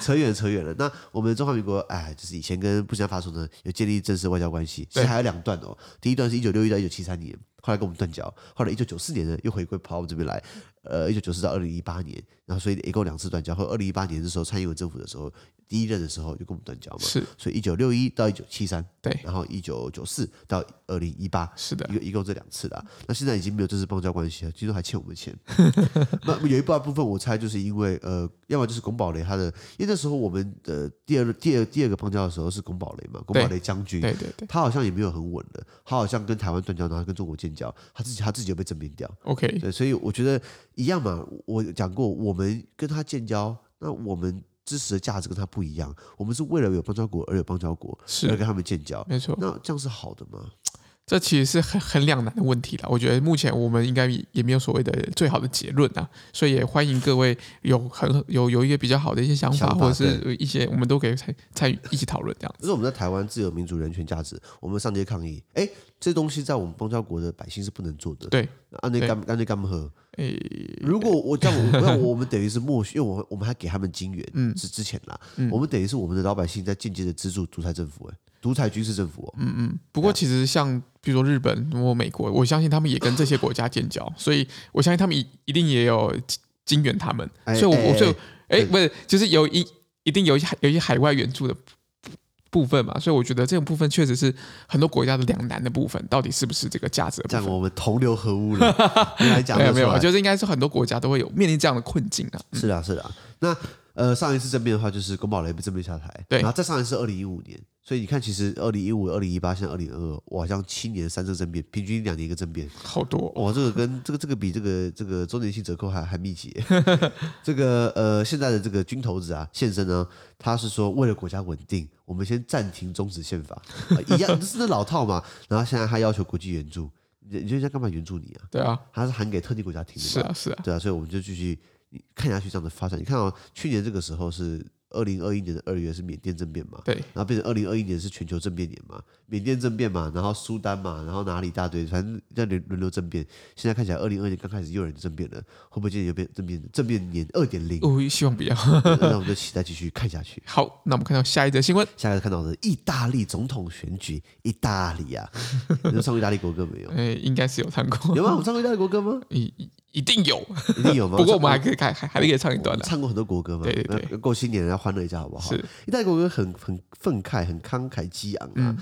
[SPEAKER 2] 扯远了扯远了。那我们中华民国，哎，就是以前跟不加法属呢有建立正式外交关系，其实
[SPEAKER 1] 对
[SPEAKER 2] 还有两段哦。第一段是一九六一到一九七三年，后来跟我们断交，后来一九九四年呢又回归跑到我们这边来，呃，一九九四到二零一八年，然后所以一共两次断交。后二零一八年的时候，蔡英文政府的时候，第一任的时候就跟我们断交嘛，
[SPEAKER 1] 是
[SPEAKER 2] 所以一九六一到一九七三，
[SPEAKER 1] 对，
[SPEAKER 2] 然后一九九四到二零一八，
[SPEAKER 1] 是的
[SPEAKER 2] 一，个一共这两次啦。那现在已经没有正式邦交关系了，听说还欠我们 钱。那有一半部分我猜就是因为呃，要么就是龚宝雷他的，因为那时候我们的第二第二第二个邦交的时候是龚宝雷嘛，龚宝雷将军。
[SPEAKER 1] 对对对
[SPEAKER 2] 他好像也没有很稳的，他好像跟台湾断交，然后跟中国建交，他自己他自己就被政变掉。
[SPEAKER 1] ，OK，
[SPEAKER 2] 对，所以我觉得一样嘛。我讲过，我们跟他建交，那我们支持的价值跟他不一样，我们是为了有邦交国而有邦交国，
[SPEAKER 1] 是
[SPEAKER 2] 而跟他们建交。
[SPEAKER 1] 没错，
[SPEAKER 2] 那这样是好的吗？
[SPEAKER 1] 这其实是很很两难的问题了。我觉得目前我们应该也没有所谓的最好的结论啊，所以也欢迎各位有很有有一个比较好的一些想法，
[SPEAKER 2] 想法
[SPEAKER 1] 或者是一些我们都可以参参与一起讨论这样
[SPEAKER 2] 这是我们在台湾自由、民主、人权价值，我们上街抗议。哎，这东西在我们邦交国的百姓是不能做的。
[SPEAKER 1] 对，
[SPEAKER 2] 按内
[SPEAKER 1] 对
[SPEAKER 2] 干按内干喝。
[SPEAKER 1] 诶，
[SPEAKER 2] 如果我这样，我那我们等于是默许，因为我们我们还给他们金元，嗯，是之前啦，我们等于是我们的老百姓在间接的资助独裁政府，哎，独裁军事政府哦，
[SPEAKER 1] 不过其实像比如说日本或美国，我相信他们也跟这些国家建
[SPEAKER 2] 嗯
[SPEAKER 1] 交，所以我相信他们一一定也有金援他们，
[SPEAKER 2] 哎
[SPEAKER 1] 所以我
[SPEAKER 2] 哎
[SPEAKER 1] 我所以
[SPEAKER 2] 哎
[SPEAKER 1] 哎不是就是有一一定有一有一些海外援助的部分嘛，所以我觉得这种部分确实是很多国家的两难的部分，到底是不是这个价值的部
[SPEAKER 2] 这
[SPEAKER 1] 分
[SPEAKER 2] 样？我们同流合污 了。原来讲
[SPEAKER 1] 没
[SPEAKER 2] 得
[SPEAKER 1] 有
[SPEAKER 2] 出
[SPEAKER 1] 没有，
[SPEAKER 2] 来
[SPEAKER 1] 就是应该是很多国家都会有面临这样的困境啊。
[SPEAKER 2] 是的啊，是的啊。那呃，上一次政变的话就是宫保雷被政变下台，
[SPEAKER 1] 对
[SPEAKER 2] 然后再上一次二零一五年，所以你看，其实二零一五、二零一八，现在二零二二，我好像七年三次政变，平均两年一个政变，
[SPEAKER 1] 好多
[SPEAKER 2] 哇，这个跟这个这个比这个这个周年性折扣还还密集 耶。这个呃，现在的这个军头子啊，先生呢，他是说为了国家稳定，我们先暂停终 止宪法，啊一样就是那老套嘛。然后现在他要求国际援助，你你觉得在干嘛援助你啊？
[SPEAKER 1] 对啊，
[SPEAKER 2] 他是喊给特定国家听的吧？
[SPEAKER 1] 是啊是啊，
[SPEAKER 2] 对啊，所以我们就继续看下去这样的发展。你看啊、去年这个时候是二零二一年的二月是缅甸政变嘛，
[SPEAKER 1] 对
[SPEAKER 2] 然后变成二零二一年是全球政变年嘛，缅甸政变嘛，然后苏丹嘛，然后哪里一大堆，反正在轮轮流政变。现在看起来二零二年刚开始又有人政变了，会不会今年又变政变政变年二点零？
[SPEAKER 1] 我哦希望不要。
[SPEAKER 2] 那我们就期待继续看下去。
[SPEAKER 1] 好，那我们看到下一则新闻，
[SPEAKER 2] 下一个看到的是意大利总统选举，意大利啊， 你有唱过意大利国歌没有？
[SPEAKER 1] 哎，应该是有看过，
[SPEAKER 2] 有吗？我们唱过意大利国歌吗？
[SPEAKER 1] 一一一定有。
[SPEAKER 2] 一定有吗？
[SPEAKER 1] 不过我们还可以看，还还可以唱一
[SPEAKER 2] 我
[SPEAKER 1] 段啊
[SPEAKER 2] 们
[SPEAKER 1] 的。
[SPEAKER 2] 唱过很多国歌嘛，
[SPEAKER 1] 对对对
[SPEAKER 2] 那够新年要欢乐一下好不好
[SPEAKER 1] 是？
[SPEAKER 2] 一代国歌很很愤慨，很慷慨激昂
[SPEAKER 1] 嗯
[SPEAKER 2] 啊。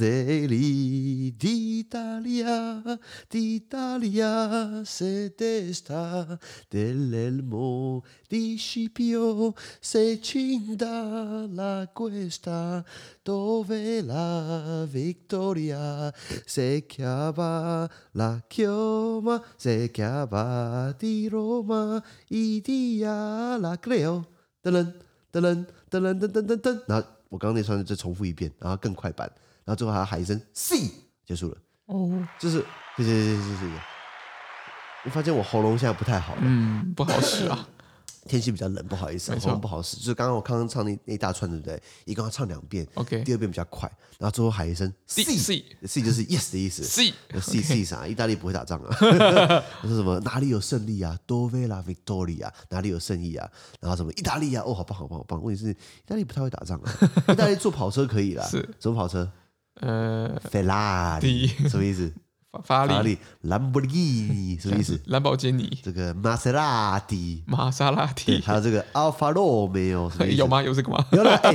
[SPEAKER 2] Fardelli d'Italia, d'Italia se desta dell'elmo di Scipio se cinda la questa dove la vittoria se chiama la chioma se chiama di Roma i dia la creo 噔噔噔噔噔噔噔噔噔噔，然后我刚刚那串再重复一遍，然后更快版，然后最后还要喊一声 C，结束了，
[SPEAKER 1] 哦，
[SPEAKER 2] 就是谢谢谢谢谢谢。我发现我喉咙现在不太好了，
[SPEAKER 1] 嗯，不好使啊。
[SPEAKER 2] 天气比较冷，不好意思，
[SPEAKER 1] 没错
[SPEAKER 2] 喉咙不好使。就是刚刚我刚刚唱那那一大串，对不对？一共要唱两遍
[SPEAKER 1] OK
[SPEAKER 2] 第二遍比较快，然后最后喊一声
[SPEAKER 1] D- C
[SPEAKER 2] C，C 就是 yes 的意思。
[SPEAKER 1] C，
[SPEAKER 2] 那 C C 啥？意大利不会打仗 啊？那是什么？哪里有胜利啊？Dove la Victoria，哪里有胜利啊？然后什么意大利啊？哦，好棒，好棒，好棒！问题是意大利不太会打仗啊。意大利坐跑车可以 啦，
[SPEAKER 1] 是
[SPEAKER 2] 什么跑车
[SPEAKER 1] 呃，
[SPEAKER 2] ？Ferrari，什么意思？
[SPEAKER 1] 法法
[SPEAKER 2] 法拉
[SPEAKER 1] 拉利、
[SPEAKER 2] 利、兰博基尼，什 么意思？
[SPEAKER 1] 兰博基尼、
[SPEAKER 2] 这个玛莎拉蒂，
[SPEAKER 1] 玛莎拉
[SPEAKER 2] 对
[SPEAKER 1] 蒂，
[SPEAKER 2] 还有这个 Alfa Romeo，什么意 思？
[SPEAKER 1] 有吗？有这个吗？
[SPEAKER 2] 有了，哎、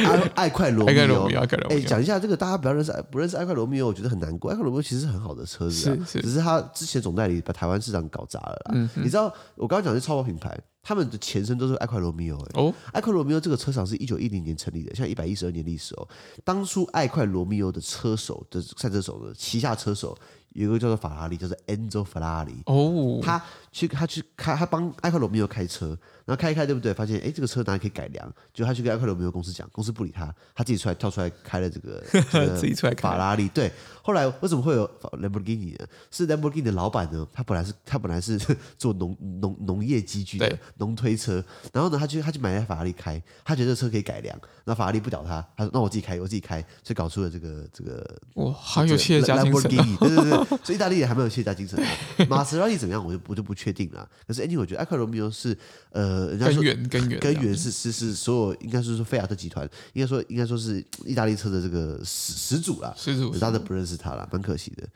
[SPEAKER 2] 爱爱快罗
[SPEAKER 1] 爱
[SPEAKER 2] 密
[SPEAKER 1] 快
[SPEAKER 2] 欧
[SPEAKER 1] 罗密欧爱快，罗密
[SPEAKER 2] 哎、
[SPEAKER 1] 欧
[SPEAKER 2] 讲一下这个，大家不要认识不认识爱快罗密欧，我觉得很难过。爱快罗密欧其实是很好的车子、啊，
[SPEAKER 1] 是嗯是
[SPEAKER 2] 只是他之前总代理把台湾市场搞砸了啦。你知道我刚刚讲的是超跑品牌，他们的前身都是爱快罗密欧、哎，
[SPEAKER 1] 哦，
[SPEAKER 2] 爱快罗密欧这个车厂是一九一零年成立的，现在一百一十二年历史哦。当初爱快罗密欧的车手的赛车手呢，旗下车手有一个叫做法拉利，叫做 Enzo 法拉利。
[SPEAKER 1] 哦，
[SPEAKER 2] 他去他去开他帮埃克罗密欧开车，然后开一开对不对？发现哎这个车哪里可以改良？就他去跟埃克罗密欧公司讲，公司不理他，他自己出来跳出来开了 这个这个
[SPEAKER 1] 自己出来
[SPEAKER 2] 法
[SPEAKER 1] 看。
[SPEAKER 2] 拉利。对，后来为什么会有法兰博基尼呢？是兰博基尼的老板呢，他本来是他本来是 做农农农业机具的
[SPEAKER 1] 对
[SPEAKER 2] 农推车，然后呢他去他去买一台法拉利开，他觉得这车可以改良，那法拉利不屌他，他说那我自己开我自己开，所以搞出了这个这个
[SPEAKER 1] 哇，好有企业家精神啊！
[SPEAKER 2] Lamborghini，对对对，所以意大利也还蛮有企业家精神的。玛莎拉蒂怎么样，我就我就不确定了。可是 anyway，我觉得艾克罗密欧是呃，人家
[SPEAKER 1] 根
[SPEAKER 2] 说
[SPEAKER 1] 源根源
[SPEAKER 2] 根源是是是所有应该是说菲亚特集团，应该说应该说是意大利车的这个始始祖啦。
[SPEAKER 1] 始祖
[SPEAKER 2] 大家都不认识他啦，蛮可惜的。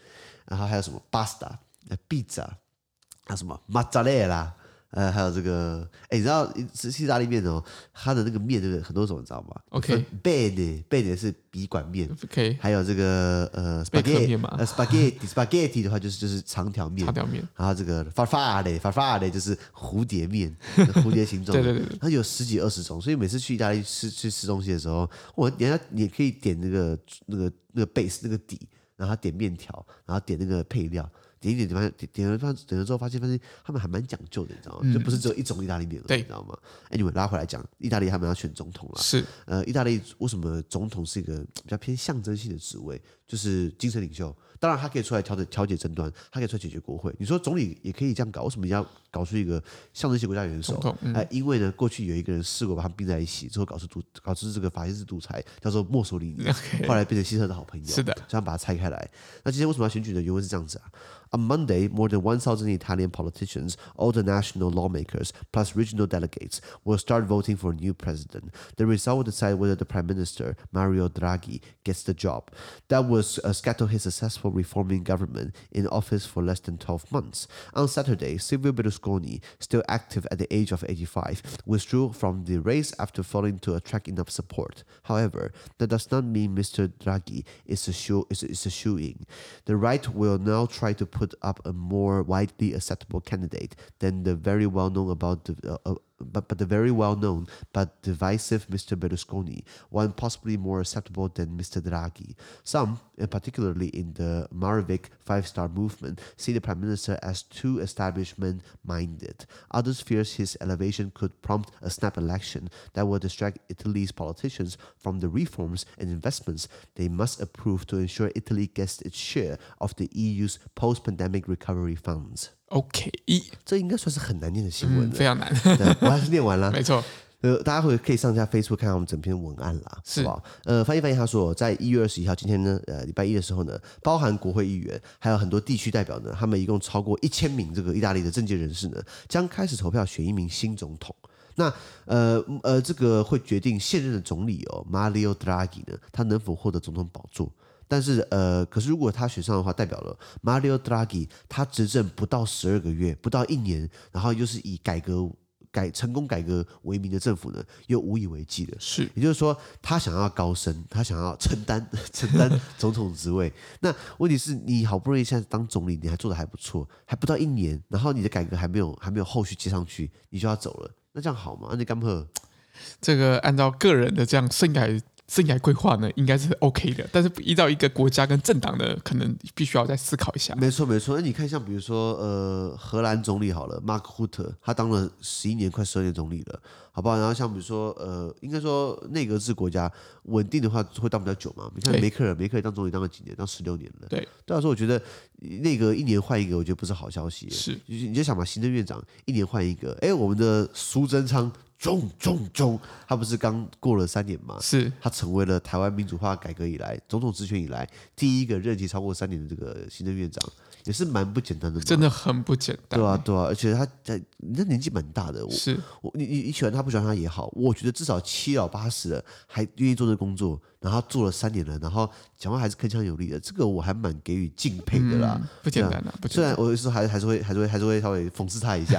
[SPEAKER 2] 然后还有什么 pasta、呃 pizza，还有什么 mozzarella，呃，还有这个，哎，你知道吃意大利面哦，它的那个面对不对？很多种，你知道吗
[SPEAKER 1] OK
[SPEAKER 2] bene bene 是笔管面，
[SPEAKER 1] OK，
[SPEAKER 2] 还有这个呃
[SPEAKER 1] 贝克
[SPEAKER 2] spaghetti
[SPEAKER 1] 面嘛
[SPEAKER 2] 呃 spaghetti spaghetti 的话就是就是长条面
[SPEAKER 1] 擦，掉面，
[SPEAKER 2] 然后这个 farfalle farfalle 就是蝴 蝶面，蝴蝶形状的，
[SPEAKER 1] 对对对对
[SPEAKER 2] 它有十几二十种，所以每次去意大利吃去吃东西的时候，我人家也可以点那个那个那个 base 那个底，然后他点面条，然后点那个配料。点一点，点完点点了饭，点了之后发现，发现他们还蛮讲究的，你知道吗？就不是只有一种意大利面而已，
[SPEAKER 1] 嗯对
[SPEAKER 2] 你知道吗？Anyway，拉回来讲，意大利他们要选总统了，
[SPEAKER 1] 是
[SPEAKER 2] 呃，意大利为什么总统是一个比较偏象征性的职位，就是精神领袖。当然，他可以出来调解调解争端，他可以出来解决国会。你说总理也可以这样搞，为什么一定要搞出一个象征性国家元首
[SPEAKER 1] 总？统
[SPEAKER 2] 哎、因为呢，过去有一个人试过把他们并在一起，之后搞出独搞出这个法西斯独裁，叫做墨索里 尼，后来变成希特勒的好朋友。
[SPEAKER 1] 是的，
[SPEAKER 2] 这样把它拆开来。那今天为什么要选举呢？原文是这样子啊：On Monday, more than 1,000 Italian politicians, all the national lawmakers, plus regional delegates, will start voting for a new president. The result will decide whether the prime minister Mario Draghi gets the job. That was uh, scuttle his successful reforming government in office for less than 12 months. On Saturday, Silvio Berlusconi, still active at the age of 85, withdrew from the race after failing to attract enough support. However, that does not mean Mr. Draghi is a shoe is, is a shoe in. The right will now try to put up a more widely acceptable candidate than the very well known about the. Uh, uh, but, but the very well known but divisive Mr. Berlusconi, one possibly more acceptable than Mr. Draghi. Some, and particularly in the Maravik Five Star Movement, see the Prime Minister as too establishment minded. Others fears his elevation could prompt a snap election that will distract Italy's politicians from the reforms and investments they must approve to ensure Italy gets its share of the EU's post pandemic recovery funds.
[SPEAKER 1] OK，
[SPEAKER 2] 这应该算是很难念的新闻
[SPEAKER 1] 嗯，
[SPEAKER 2] 了。
[SPEAKER 1] 非常 难，
[SPEAKER 2] 对，我还是念完了。
[SPEAKER 1] 没错，
[SPEAKER 2] 呃，大家会可以上下 Facebook 看看我们整篇文案啦，
[SPEAKER 1] 是
[SPEAKER 2] 好不好？呃，翻译翻译，他说，在一月二十一号，今天呢，呃，礼拜一的时候呢，包含国会议员，还有很多地区代表呢，他们一共超过一千名这个意大利的政界人士呢，将开始投票选一名新总统。那呃嗯呃，这个会决定现任的总理哦，Mario Draghi 呢，他能否获得总统宝座？但是呃，可是如果他选上的话，代表了 Mario Draghi 他执政不到十二个月，不到一年，然后又是以改革改成功改革为名的政府呢，又无以为继了。
[SPEAKER 1] 是
[SPEAKER 2] 也就是说，他想要高升，他想要承担 承担总统职位。那问题是你好不容易现在当总理，你还做的还不错，还不到一年，然后你的改革还没有还没有后续接上去，你就要走了，那这样好吗？那你干嘛？
[SPEAKER 1] 这个按照个人的这样生涯生涯规划呢，应该是 OK 的，但是依照一个国家跟政党的，可能必须要再思考一下。
[SPEAKER 2] 没错没错，那你看像比如说呃荷兰总理好了，Mark Rutte，他当了十一年快十二年总理了，好不好？然后像比如说呃，应该说内阁制国家稳定的话会当比较久嘛。你看
[SPEAKER 1] 对
[SPEAKER 2] 梅克尔，梅克尔当总理当了几年？当十六年了。
[SPEAKER 1] 对，
[SPEAKER 2] 对啊，所以我觉得内阁一年换一个，我觉得不是好消息。
[SPEAKER 1] 是，
[SPEAKER 2] 你就想嘛，行政院长一年换一个，哎，我们的苏贞昌中中中，他不是刚过了三年吗？
[SPEAKER 1] 是
[SPEAKER 2] 他成为了台湾民主化改革以来、总统职权以来第一个任期超过三年的这个行政院长，也是蛮不简单的嘛。
[SPEAKER 1] 真的很不简单。
[SPEAKER 2] 对啊，对啊，而且他他那年纪蛮大的，我
[SPEAKER 1] 是
[SPEAKER 2] 我你你你喜欢他不喜欢他也好，我觉得至少七老八十了还愿意做这工作，然后做了三年了，然后讲话还是铿锵有力的，这个我还蛮给予敬佩的啦。
[SPEAKER 1] 不简单啊，不简
[SPEAKER 2] 虽
[SPEAKER 1] 单。
[SPEAKER 2] 然我有时候还还是会还是会还是会稍微讽刺他 一下，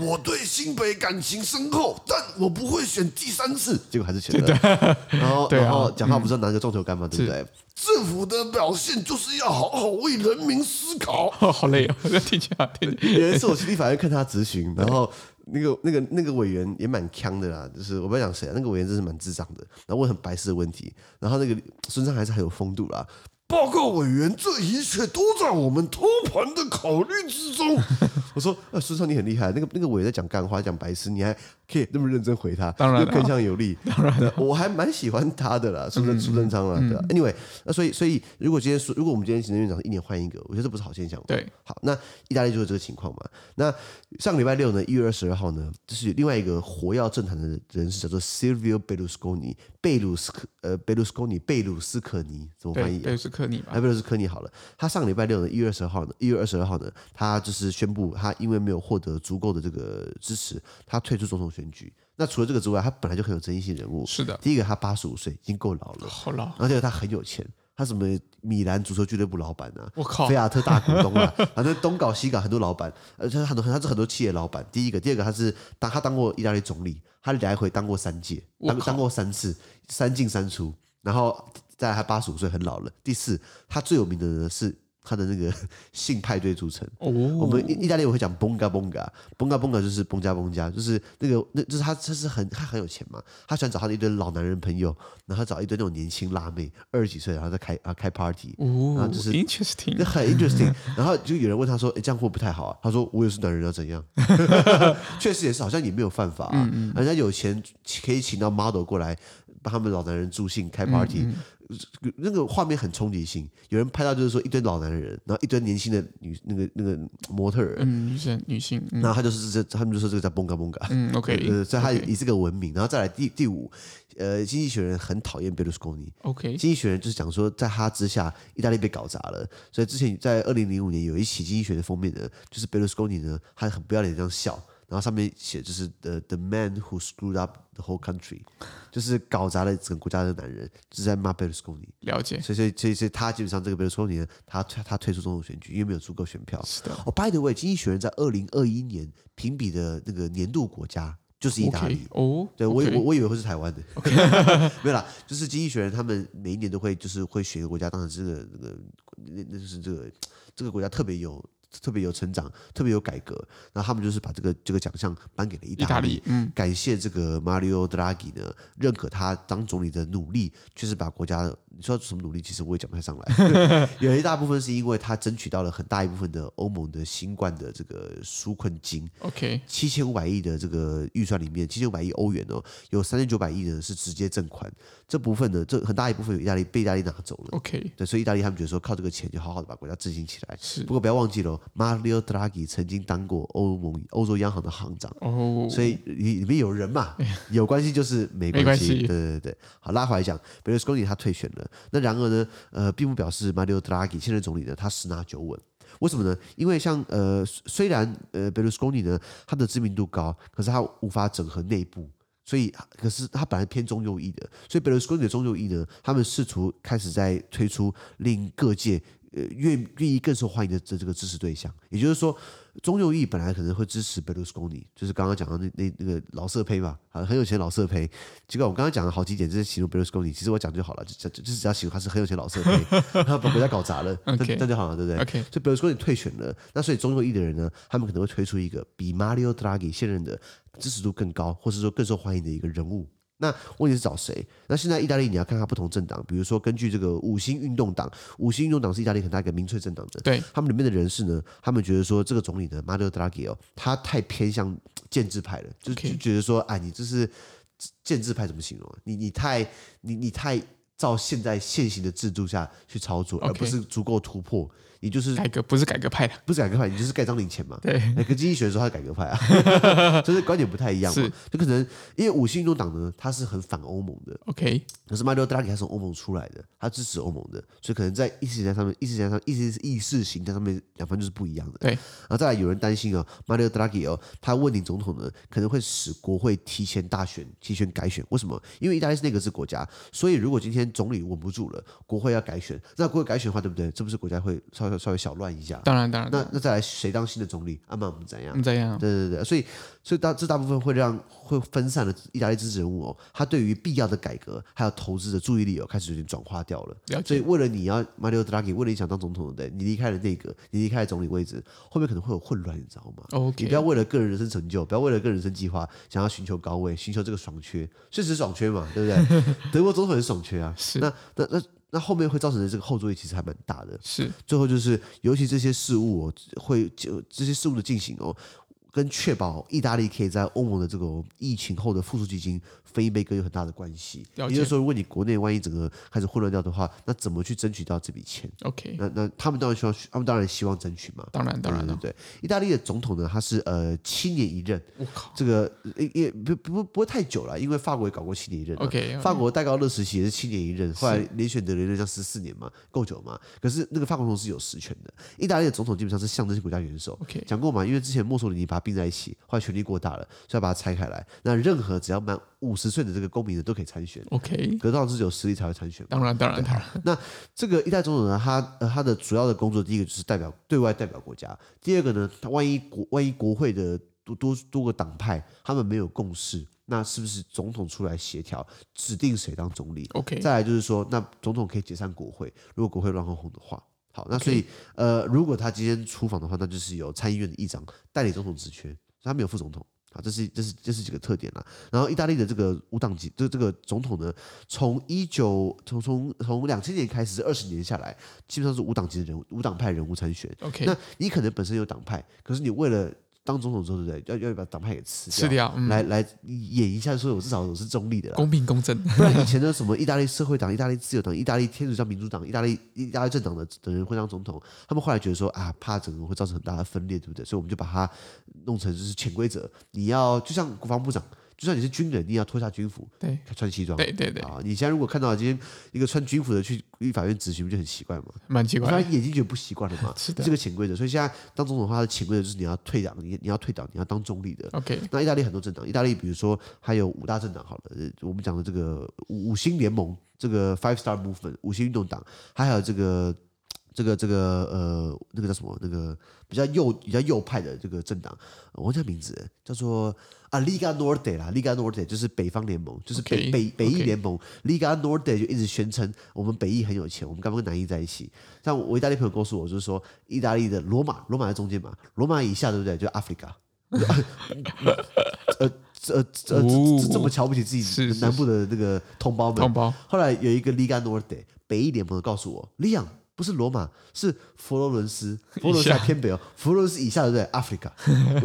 [SPEAKER 2] 我对新北感情深厚，但我不会选第三次，结果还是选了。然后、
[SPEAKER 1] 对啊
[SPEAKER 2] 然后讲话不是要拿个撞球杆嘛，对不对？政府的表现就是要好好为人民思考。
[SPEAKER 1] 哦， 好累哦，听起来听起来
[SPEAKER 2] 有一次我去立法院看他咨询，然后那个那个那个委员也蛮呛的啦，就是我不知道讲谁、啊，那个委员真是蛮智障的，然后问很白痴的问题，然后那个孙尚还是很有风度啦。报告委员，这一切都在我们托盘的考虑之中。 我说，呃，孙尚你很厉害，那个那个委员在讲干话，讲白痴，你还可以那么认真回他，
[SPEAKER 1] 当然
[SPEAKER 2] 就铿锵有 力。当
[SPEAKER 1] 啊
[SPEAKER 2] 然，我还蛮喜欢他的啦，苏贞
[SPEAKER 1] 嗯
[SPEAKER 2] 苏贞昌啦，啊对吧？Anyway，那所以所以如果今天苏如果我们今天行政院长一年换一个，我觉得这不是好现象。
[SPEAKER 1] 对，
[SPEAKER 2] 好，那意大利就是这个情况嘛。那上个礼拜六呢，一月二十二号呢，就是另外一个活跃政坛的人士叫做 Silvio Berlusconi，贝鲁斯科呃贝鲁斯科尼贝鲁斯科尼怎么翻
[SPEAKER 1] 对
[SPEAKER 2] 译、
[SPEAKER 1] 贝
[SPEAKER 2] 啊？
[SPEAKER 1] 斯克尼吧
[SPEAKER 2] 埃，贝鲁斯科尼好了，他上个礼拜六呢，一月二十号呢，一月二十二号呢，他就是宣布他因为没有获得足够的这个支持，他退出总统选举。那除了这个之外，他本来就很有争议性人物。
[SPEAKER 1] 是的，哦
[SPEAKER 2] 第一个，他八十五岁，已经够老了。
[SPEAKER 1] 好 老，
[SPEAKER 2] 而且他很有钱，他什么米兰足球俱乐部老板啊，
[SPEAKER 1] 我靠
[SPEAKER 2] 菲亚特大股东 啊，反正东搞西搞很多老板，而且他很多他是很多企业老板。第一个，第二个他是当他当过意大利总理，他来回当过三届，
[SPEAKER 1] 我
[SPEAKER 2] 当
[SPEAKER 1] 靠
[SPEAKER 2] 当过三次，三进三出。然后再来他八十五岁，很老了。第四，他最有名的呢是他的那个 性派对著称。我
[SPEAKER 1] 哦，
[SPEAKER 2] 们意意大利我会讲 bonga bonga，bonga bonga 就是崩家崩家，就是那个那就是他他是很他很有钱嘛，他喜欢找他的一堆老男人朋友，然后找一堆那种年轻辣妹，二十几岁，然后再开啊开 party，然
[SPEAKER 1] 哦
[SPEAKER 2] 后就是那
[SPEAKER 1] ，interesting，
[SPEAKER 2] 很 interesting。然后就有人问他说：“诶这样会不会不太好啊？”他说：“我也是男人，要怎样？” 确实也是，好像也没有犯法
[SPEAKER 1] 嗯
[SPEAKER 2] 啊。人家有钱可以请到 model 过来帮他们老男人助兴、开 party，、那
[SPEAKER 1] 嗯
[SPEAKER 2] 个画面很冲击性。有人拍到就是说一堆老男人，然后一堆年轻的女那个那个模特儿，
[SPEAKER 1] 嗯，女生女性，嗯
[SPEAKER 2] 然后他就是这，他们就说这个叫蹦嘎蹦嘎。
[SPEAKER 1] 嗯
[SPEAKER 2] 呃，
[SPEAKER 1] ，OK
[SPEAKER 2] 所以他以这个闻名，然后再来第第五，呃，经济学人很讨厌 Berlusconi，
[SPEAKER 1] OK，
[SPEAKER 2] 经济学人就是讲说，在他之下，意大利被搞砸了。所以之前在二零零五年有一期经济学的封面呢，就是贝卢斯 n 尼呢，他很不要脸地这样笑，然后上面写就是 the the man who screwed up the whole country，就是搞砸了整个国家的男人，就是在骂贝卢斯 n 尼。
[SPEAKER 1] 了解，
[SPEAKER 2] 所以所以所以所以他基本上这个贝卢斯 n 尼呢，他他他退出总统选举，因为没有足够选票。
[SPEAKER 1] 是的
[SPEAKER 2] 哦、b y the way，经济学人在二零二一年评比的那个年度国家就是意大利
[SPEAKER 1] ，OK，。哦，
[SPEAKER 2] 对我以
[SPEAKER 1] OK
[SPEAKER 2] 我我以为会是台湾的， 没有啦，就是经济学人他们每一年都会就是会选一个国家当成这个这个那那就是这个这个国家特别有特别有成长，特别有改革。然后他们就是把这个这个奖项颁给了意
[SPEAKER 1] 意大利，嗯，
[SPEAKER 2] 感谢这个 Mario Draghi 呢，认可他当总理的努力，确实把国家你说什么努力，其实我也讲不太上 来。有一大部分是因为他争取到了很大一部分的欧盟的新冠的这个纾困金，
[SPEAKER 1] OK，
[SPEAKER 2] 七千五百亿的这个预算里面，七千五百亿欧元哦，有三千九百亿呢是直接赠款，这部分呢，这很大一部分有意大利被意大利拿走了。
[SPEAKER 1] OK，
[SPEAKER 2] 对，所以意大利他们觉得说靠这个钱就好好的把国家振兴起来。
[SPEAKER 1] 是
[SPEAKER 2] 不过不要忘记了哦，Mario Draghi 曾经当过欧盟欧洲央行的行长，
[SPEAKER 1] 哦，
[SPEAKER 2] 所以里里面有人嘛，有关系就是没
[SPEAKER 1] 没关
[SPEAKER 2] 系。
[SPEAKER 1] 系
[SPEAKER 2] 对对对，好，拉回来讲，贝卢斯科尼他退选了，那然而呢，呃，并不表示 Mario Draghi 现任总理呢他十拿九稳。为什么呢？因为像呃，虽虽然呃贝卢斯科尼呢他的知名度高，可是他无法整合内部。所以，可是他本来偏中右翼的，所以贝卢斯科尼的中右翼呢，他们试图开始在推出令各界呃愿愿意更受欢迎的这这个支持对象，也就是说，中右翼本来可能会支持贝卢斯科尼，就是刚刚讲到那那那个老色胚嘛，啊很有钱老色胚。结果我刚刚讲了好几点，就是形容贝卢斯科尼，其实我讲就好了，就就就是只要形容他是很有钱老色胚， 然后把国家搞砸了，那
[SPEAKER 1] OK
[SPEAKER 2] 那就好了，对不对
[SPEAKER 1] OK
[SPEAKER 2] 所以贝卢斯科尼退选了，那所以中右翼的人呢，他们可能会推出一个比 Mario Draghi 现任的支持度更高，或是说更受欢迎的一个人物。那问题是找谁？那现在意大利你要看它不同政党，比如说根据这个五星运动党，五星运动党是意大利很大一个民粹政党的，
[SPEAKER 1] 对，
[SPEAKER 2] 他们里面的人士呢，他们觉得说这个总理呢，Mario Draghi 哦，他太偏向建制派了，就
[SPEAKER 1] OK
[SPEAKER 2] 就觉得说，哎，你这是建制派怎么形容啊？你你太你你太照现在现行的制度下去操作，而
[SPEAKER 1] OK
[SPEAKER 2] 不是足够突破，你就是
[SPEAKER 1] 改革不是改革派的，
[SPEAKER 2] 不是改革派，你就是盖章领钱嘛。
[SPEAKER 1] 对
[SPEAKER 2] 哎，跟经济学的时候，他是改革派啊， 就是观点不太一样嘛
[SPEAKER 1] 是。
[SPEAKER 2] 就可能因为五星运动党呢，它是很反欧盟的，
[SPEAKER 1] ，OK，
[SPEAKER 2] 可是 Mario Draghi 他是从欧盟出来的，他支持欧盟的，所以可能在意识形态上面、意识形态上、意识意识形态上面，两方就是不一样的。
[SPEAKER 1] 对
[SPEAKER 2] 然后再来有人担心哦，Mario Draghi 哦，他问鼎总统呢，可能会使国会提前大选、提前改选。为什么？因为意大利是内阁制国家，所以如果今天总理稳不住了，国会要改选，那国会改选的话，对不对？这不是国家会稍微稍微小乱一下？
[SPEAKER 1] 当然当然，
[SPEAKER 2] 那那再来谁当新的总理？阿曼我们怎样？
[SPEAKER 1] 你这样，
[SPEAKER 2] 对对对，所以所以大这大部分会让会分散了意大利支持人物哦，他对于必要的改革还有投资的注意力哦，开始有点转化掉了。
[SPEAKER 1] 了
[SPEAKER 2] 所以
[SPEAKER 1] 解，
[SPEAKER 2] 为了你要 Mario Draghi，为了你想当总统的，你离开了内阁，你离开了总理位置，后面可能会有混乱，你知道吗？你
[SPEAKER 1] OK，
[SPEAKER 2] 不要为了个人人生成就，不要为了个人人生计划，想要寻求高位，寻求这个爽缺，确实爽缺嘛，对不对？德国总统也是爽缺啊。
[SPEAKER 1] 是
[SPEAKER 2] 那那那那后面会造成的这个后坐力其实还蛮大的。
[SPEAKER 1] 是
[SPEAKER 2] 最后就是，尤其这些事物哦，会就这些事物的进行哦，跟确保意大利可以在欧盟的这个疫情后的复苏基金非杯羹有很大的关系。也
[SPEAKER 1] 了
[SPEAKER 2] 就
[SPEAKER 1] 解
[SPEAKER 2] 是说，如果你国内万一整个开始混乱掉的话，那怎么去争取到这笔钱？
[SPEAKER 1] OK，
[SPEAKER 2] 那那他们当然希望，他们当然希望争取嘛。
[SPEAKER 1] 当然当然
[SPEAKER 2] 对
[SPEAKER 1] 了，
[SPEAKER 2] 对对，意大利的总统呢，他是呃七年一任，
[SPEAKER 1] 我靠
[SPEAKER 2] 这个呃也不不不会太久了，因为法国也搞过七年一任啊、
[SPEAKER 1] ，OK，
[SPEAKER 2] 法国戴高乐时期也是七年一任，后来连选得连任像十四年嘛，够久嘛。可是那个法国总统是有实权的，意大利的总统基本上是象征性国家元首。
[SPEAKER 1] OK
[SPEAKER 2] 讲过嘛，因为之前墨索里尼把它并在一起，后来权力过大了，所以要把它拆开来。那任何只要满五十岁的这个公民呢，都可以参选，
[SPEAKER 1] OK，
[SPEAKER 2] 可是当然是有实力才会参选嘛。
[SPEAKER 1] 当然当然当然，
[SPEAKER 2] 这个一代总统呢，他呃他的主要的工作，第一个就是代表对外代表国家，第二个呢，他万一国万一国会的多多多个党派他们没有共识，那是不是总统出来协调指定谁当总理？
[SPEAKER 1] OK，
[SPEAKER 2] 再来就是说，那总统可以解散国会，如果国会乱哄哄的话。好，那所以呃，如果他今天出访的话，那就是由参议院的议长代理总统职权，所以他没有副总统。好，这是这是这是几个特点啦。然后意大利的这个无党籍，这这个总统呢，从一九从从从两千年开始，这二十年下来，基本上是无党籍的人物、无党派人物参选。
[SPEAKER 1] OK，
[SPEAKER 2] 那你可能本身有党派，可是你为了当总统之后，对不对？要要把党派给吃
[SPEAKER 1] 吃掉，嗯，
[SPEAKER 2] 来来演一下，说我至少我是中立的啦。
[SPEAKER 1] 公平公正，
[SPEAKER 2] 不然以前的什么意大利社会党、意大利自由党、意大利天主教民主党、意大利意大利政党的的人会当总统，他们后来觉得说啊，怕整个会造成很大的分裂，对不对？所以我们就把它弄成就是潜规则，你要就像国防部长，就算你是军人，你也要脱下军服，
[SPEAKER 1] 对
[SPEAKER 2] 穿西装。
[SPEAKER 1] 对对对，
[SPEAKER 2] 啊，你现在如果看到今天一个穿军服的去立法院质询，不就很奇怪吗？
[SPEAKER 1] 蛮奇怪
[SPEAKER 2] 他
[SPEAKER 1] 的，
[SPEAKER 2] 眼睛觉得不习惯了 嘛，
[SPEAKER 1] 是的
[SPEAKER 2] 这个潜规则。所以现在当总统的话，他的潜规则就是你要退党，你你要退党，你要当中立的。
[SPEAKER 1] OK，
[SPEAKER 2] 那意大利很多政党，意大利比如说还有五大政党好了，呃我们讲的这个五五星联盟，这个 Five Star Movement 五星运动党，还有这个。这个这个呃，那个叫什么？那个比较右比较右派的这个政党，呃我忘记它名字，叫做啊 Liga Norte 啦，Liga Norte 就是北方联盟，就是北
[SPEAKER 1] OK，
[SPEAKER 2] 北北翼
[SPEAKER 1] OK
[SPEAKER 2] 联盟 Liga Norte 就一直宣称我们北翼很有钱，我们干嘛跟南翼在一起？但我我意大利朋友告诉我，就是说意大利的罗马，罗马在中间嘛，罗马以下对不对？就 Africa，呃呃呃，
[SPEAKER 1] 哦
[SPEAKER 2] 这这么瞧不起自
[SPEAKER 1] 是
[SPEAKER 2] 己
[SPEAKER 1] 是
[SPEAKER 2] 南部的那个同胞们
[SPEAKER 1] 同，胞
[SPEAKER 2] 后来有一个 Liga Norte 北一联盟告诉我，利昂不是罗马，是佛罗伦斯，佛罗伦斯
[SPEAKER 1] 以下
[SPEAKER 2] 还偏北哦，佛罗伦斯以下的对，Africa，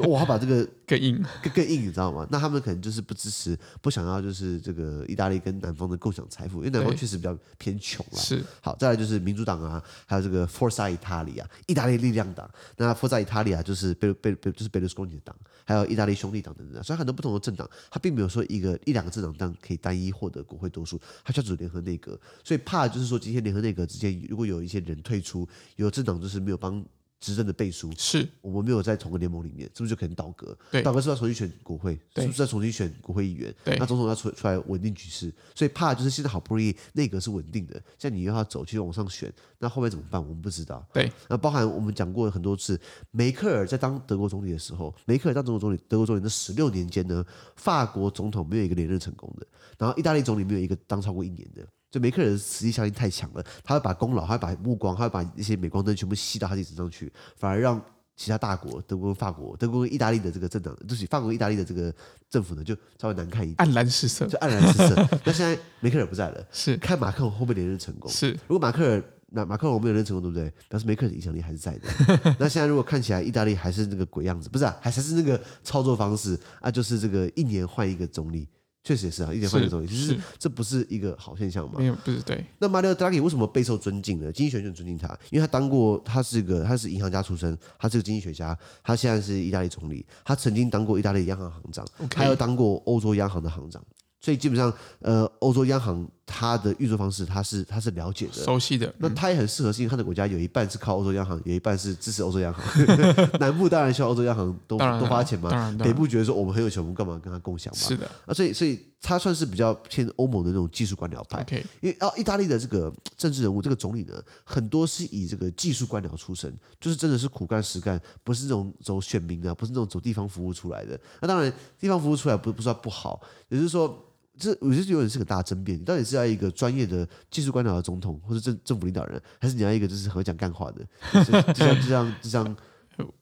[SPEAKER 2] 哇，他把这个
[SPEAKER 1] 更硬。
[SPEAKER 2] 更更硬，你知道吗？那他们可能就是不支持，不想要就是这个意大利跟南方的共享财富，因为南方
[SPEAKER 1] 对
[SPEAKER 2] 确实比较偏穷啦。
[SPEAKER 1] 是
[SPEAKER 2] 好，再来就是民主党啊，还有这个 Forza Italia，意大利力量党。那 Forza Italia 就是贝贝贝就是贝卢斯贡尼的党，还有意大利兄弟党等等啊。所以很多不同的政党，它并没有说一个一两个政党当可以单一获得国会多数，它需要组联合内阁。所以怕就是说今天联合内阁之间如果有一些人退出，有政党就是没有帮执政的背书，
[SPEAKER 1] 是，
[SPEAKER 2] 我们没有在同个联盟里面，是不是就可能倒戈？
[SPEAKER 1] 对
[SPEAKER 2] 倒戈是不是要重新选国会，是不是要重新选国会议员？
[SPEAKER 1] 对
[SPEAKER 2] 那总统要出出来稳定局势，所以怕就是现在好不容易内阁是稳定的，像你又要走去往上选，那后面怎么办？我们不知道。
[SPEAKER 1] 对，
[SPEAKER 2] 那包含我们讲过很多次，梅克尔在当德国总理的时候，梅克尔当德国总理，德国总理那十六年间呢，法国总统没有一个连任成功的，然后意大利总理没有一个当超过一年的。就梅克尔的实际效应太强了，他会把功劳，他会把目光，他会把一些镁光灯全部吸到他自己身上去，反而让其他大国，德国跟法国、德国跟意大利的这个政党，就是法国跟意大利的这个政府呢，就稍微难看一点，
[SPEAKER 1] 黯然失色。
[SPEAKER 2] 就黯然失色。那现在梅克尔不在了，
[SPEAKER 1] 是
[SPEAKER 2] 看马克龙会不会连任成功？
[SPEAKER 1] 是，
[SPEAKER 2] 如果马克尔那马克龙没有连任成功，对不对？表示梅克尔的影响力还是在 的。那现在如果看起来意大利还是那个鬼样子，不是啊，还还是那个操作方式啊，就是这个一年换一个总理，确实也是啊，一年换一个总理，
[SPEAKER 1] 嗯是
[SPEAKER 2] 其实
[SPEAKER 1] 是
[SPEAKER 2] 这不是一个好现象嘛
[SPEAKER 1] 没。有不是对，
[SPEAKER 2] 那马里奥·德拉吉为什么备受尊敬呢？经济学家很尊敬他，因为他当过，他是一个他是银行家出身，他是个经济学家，他现在是意大利总理，他曾经当过意大利央行行长，
[SPEAKER 1] OK
[SPEAKER 2] 他又当过欧洲央行的行长，所以基本上，呃，欧洲央行他的运作方式，他是他是了解的，
[SPEAKER 1] 熟悉的嗯
[SPEAKER 2] 那他也很适合，是因为他的国家有一半是靠欧洲央行，有一半是支持欧洲 央行。南部当然需要欧洲央行多
[SPEAKER 1] 当然
[SPEAKER 2] 多花钱嘛
[SPEAKER 1] 当然，当然
[SPEAKER 2] 北部觉得说我们很有钱，我们干嘛跟他共享嘛？
[SPEAKER 1] 是的
[SPEAKER 2] 啊，所以所以他算是比较偏欧盟的那种技术官僚派。
[SPEAKER 1] ，OK
[SPEAKER 2] 因为啊，意大利的这个政治人物，这个总理呢，很多是以这个技术官僚出身，就是真的是苦干实干，不是那种走选民的，不是那种走地方服务出来的。那当然，地方服务出来不不是说不好，也就是说，这我觉得有点是个大争辩，你到底是要一个专业的技术官僚的总统或者政政府领导人，还是你要一个就是很会讲干话的， 就是就像就像就像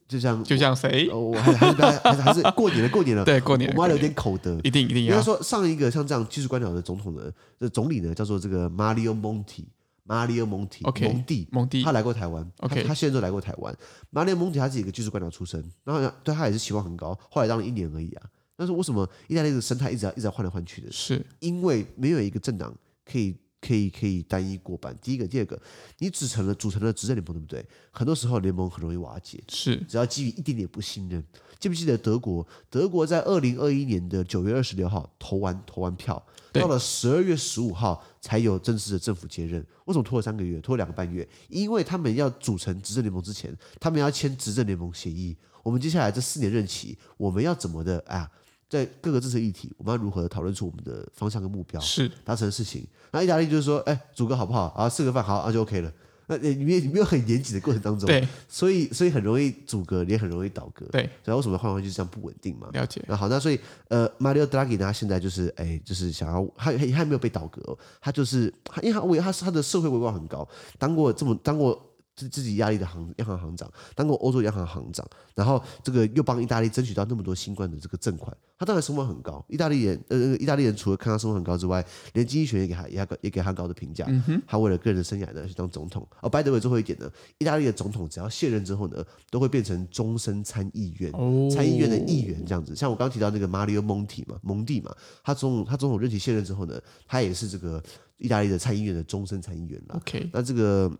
[SPEAKER 2] 就像
[SPEAKER 1] 就像谁
[SPEAKER 2] 哦，我还还是不要还是还是过年了过年 了，
[SPEAKER 1] 对过年了过
[SPEAKER 2] 我们要留
[SPEAKER 1] 年
[SPEAKER 2] 点口德，
[SPEAKER 1] 一定一定
[SPEAKER 2] 应该
[SPEAKER 1] 要
[SPEAKER 2] 说上一个像这样技术官僚的总统呢，这总理呢叫做这个 Mario Monti。Mario Monti
[SPEAKER 1] OK，
[SPEAKER 2] 蒙蒂，
[SPEAKER 1] 蒙蒂
[SPEAKER 2] 他来过台湾
[SPEAKER 1] OK
[SPEAKER 2] 他他现在就来过台湾。Mario Monti 他是一个技术官僚出身，然后呢对他也是期望很高，后来当了一年而已啊。但是为什么意大利的生态一直要一直在换来换去的？
[SPEAKER 1] 是
[SPEAKER 2] 因为没有一个政党可以可以可以单一过半。第一个，第二个，你组成了组成了执政联盟，对不对？很多时候联盟很容易瓦解，
[SPEAKER 1] 是
[SPEAKER 2] 只要基于一点点不信任。记不记得德国？德国在二零二一年的九月二十六号投完投完票，
[SPEAKER 1] 对
[SPEAKER 2] 到了十二月十五号才有正式的政府接任。为什么拖了三个月，拖了两个半月？因为他们要组成执政联盟之前，他们要签执政联盟协议。我们接下来这四年任期，我们要怎么的啊？在各个政策议题，我们要如何讨论出我们的方向跟目标？
[SPEAKER 1] 是
[SPEAKER 2] 达成的事情。那意大利就是说，哎，煮个好不好啊？吃个饭好，那、啊、就 OK 了。那你没有你没有很严谨的过程当中，
[SPEAKER 1] 对
[SPEAKER 2] 所以所以很容易阻隔，也很容易倒戈。
[SPEAKER 1] 对，
[SPEAKER 2] 然后为什么换来换去这样不稳定嘛？
[SPEAKER 1] 了解
[SPEAKER 2] 那好，那所以呃，Mario Draghi 呢，他现在就是哎，就是想要他他他还没有被倒戈哦、他就是他因为他为他是他的社会威望很高，当过这么当过自自己压力的行央行行长，当过欧洲央行行长，然后这个又帮意大利争取到那么多新冠的这个赠款，他当然声望很高。意大利人呃，呃意大利人除了看他声望很高之外，连经济学也给他也给也给他高的评价。
[SPEAKER 1] 嗯
[SPEAKER 2] 他为了个人的生涯呢去当总统。哦，拜登为最后一点呢，意大利的总统只要卸任之后呢，都会变成终身参议员。
[SPEAKER 1] 哦
[SPEAKER 2] 参议院的议员这样子。像我刚提到那个 Mario Monti 嘛，蒙蒂嘛，他总统他总统任期卸任之后呢，他也是这个意大利的参议院的终身参议员啦。
[SPEAKER 1] OK
[SPEAKER 2] 那这个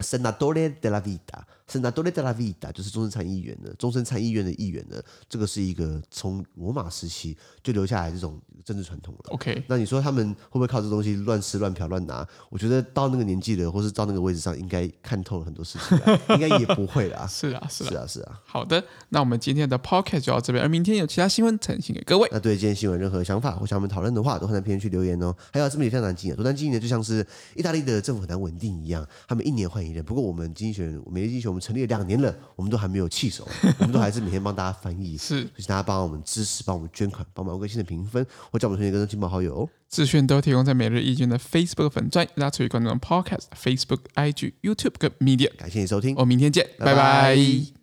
[SPEAKER 2] Senatore della Vita，是 n a d o l e t a la vida，就是终身参议员的终身参议院的议员的，这个是一个从罗马时期就留下来这种政治传统了。
[SPEAKER 1] OK，
[SPEAKER 2] 那你说他们会不会靠这东西乱吃乱嫖乱拿？我觉得到那个年纪了，或是到那个位置上，应该看透了很多事情了，应该也不会啦。
[SPEAKER 1] 是啊，是啊
[SPEAKER 2] 是。啊，是啊。
[SPEAKER 1] 好的，那我们今天的 podcast 就到这边，而明天有其他新闻呈现给各位。
[SPEAKER 2] 那对今天新闻任何想法或想我们讨论的话，都欢迎在评论区留言哦。还有这边也非常难经营，多难经营呢，就像是意大利的政府很难稳定一样，他们一年换一任。不过我们经济学人，每日经济学人我们成立了两年了，我们都还没有弃守， 我们都还是每天帮大家翻译，
[SPEAKER 1] 是
[SPEAKER 2] 就请大家帮我们支持，帮我们捐款，帮我们微信的评分，或叫我们推荐给亲朋好友哦。
[SPEAKER 1] 资讯都提供在每日意见的 Facebook 粉专，大家持续关注我们 podcast、Facebook、IG、YouTube 跟 Media。
[SPEAKER 2] 感谢你收听
[SPEAKER 1] 我，们明天见，
[SPEAKER 2] 拜
[SPEAKER 1] 哦拜拜
[SPEAKER 2] 拜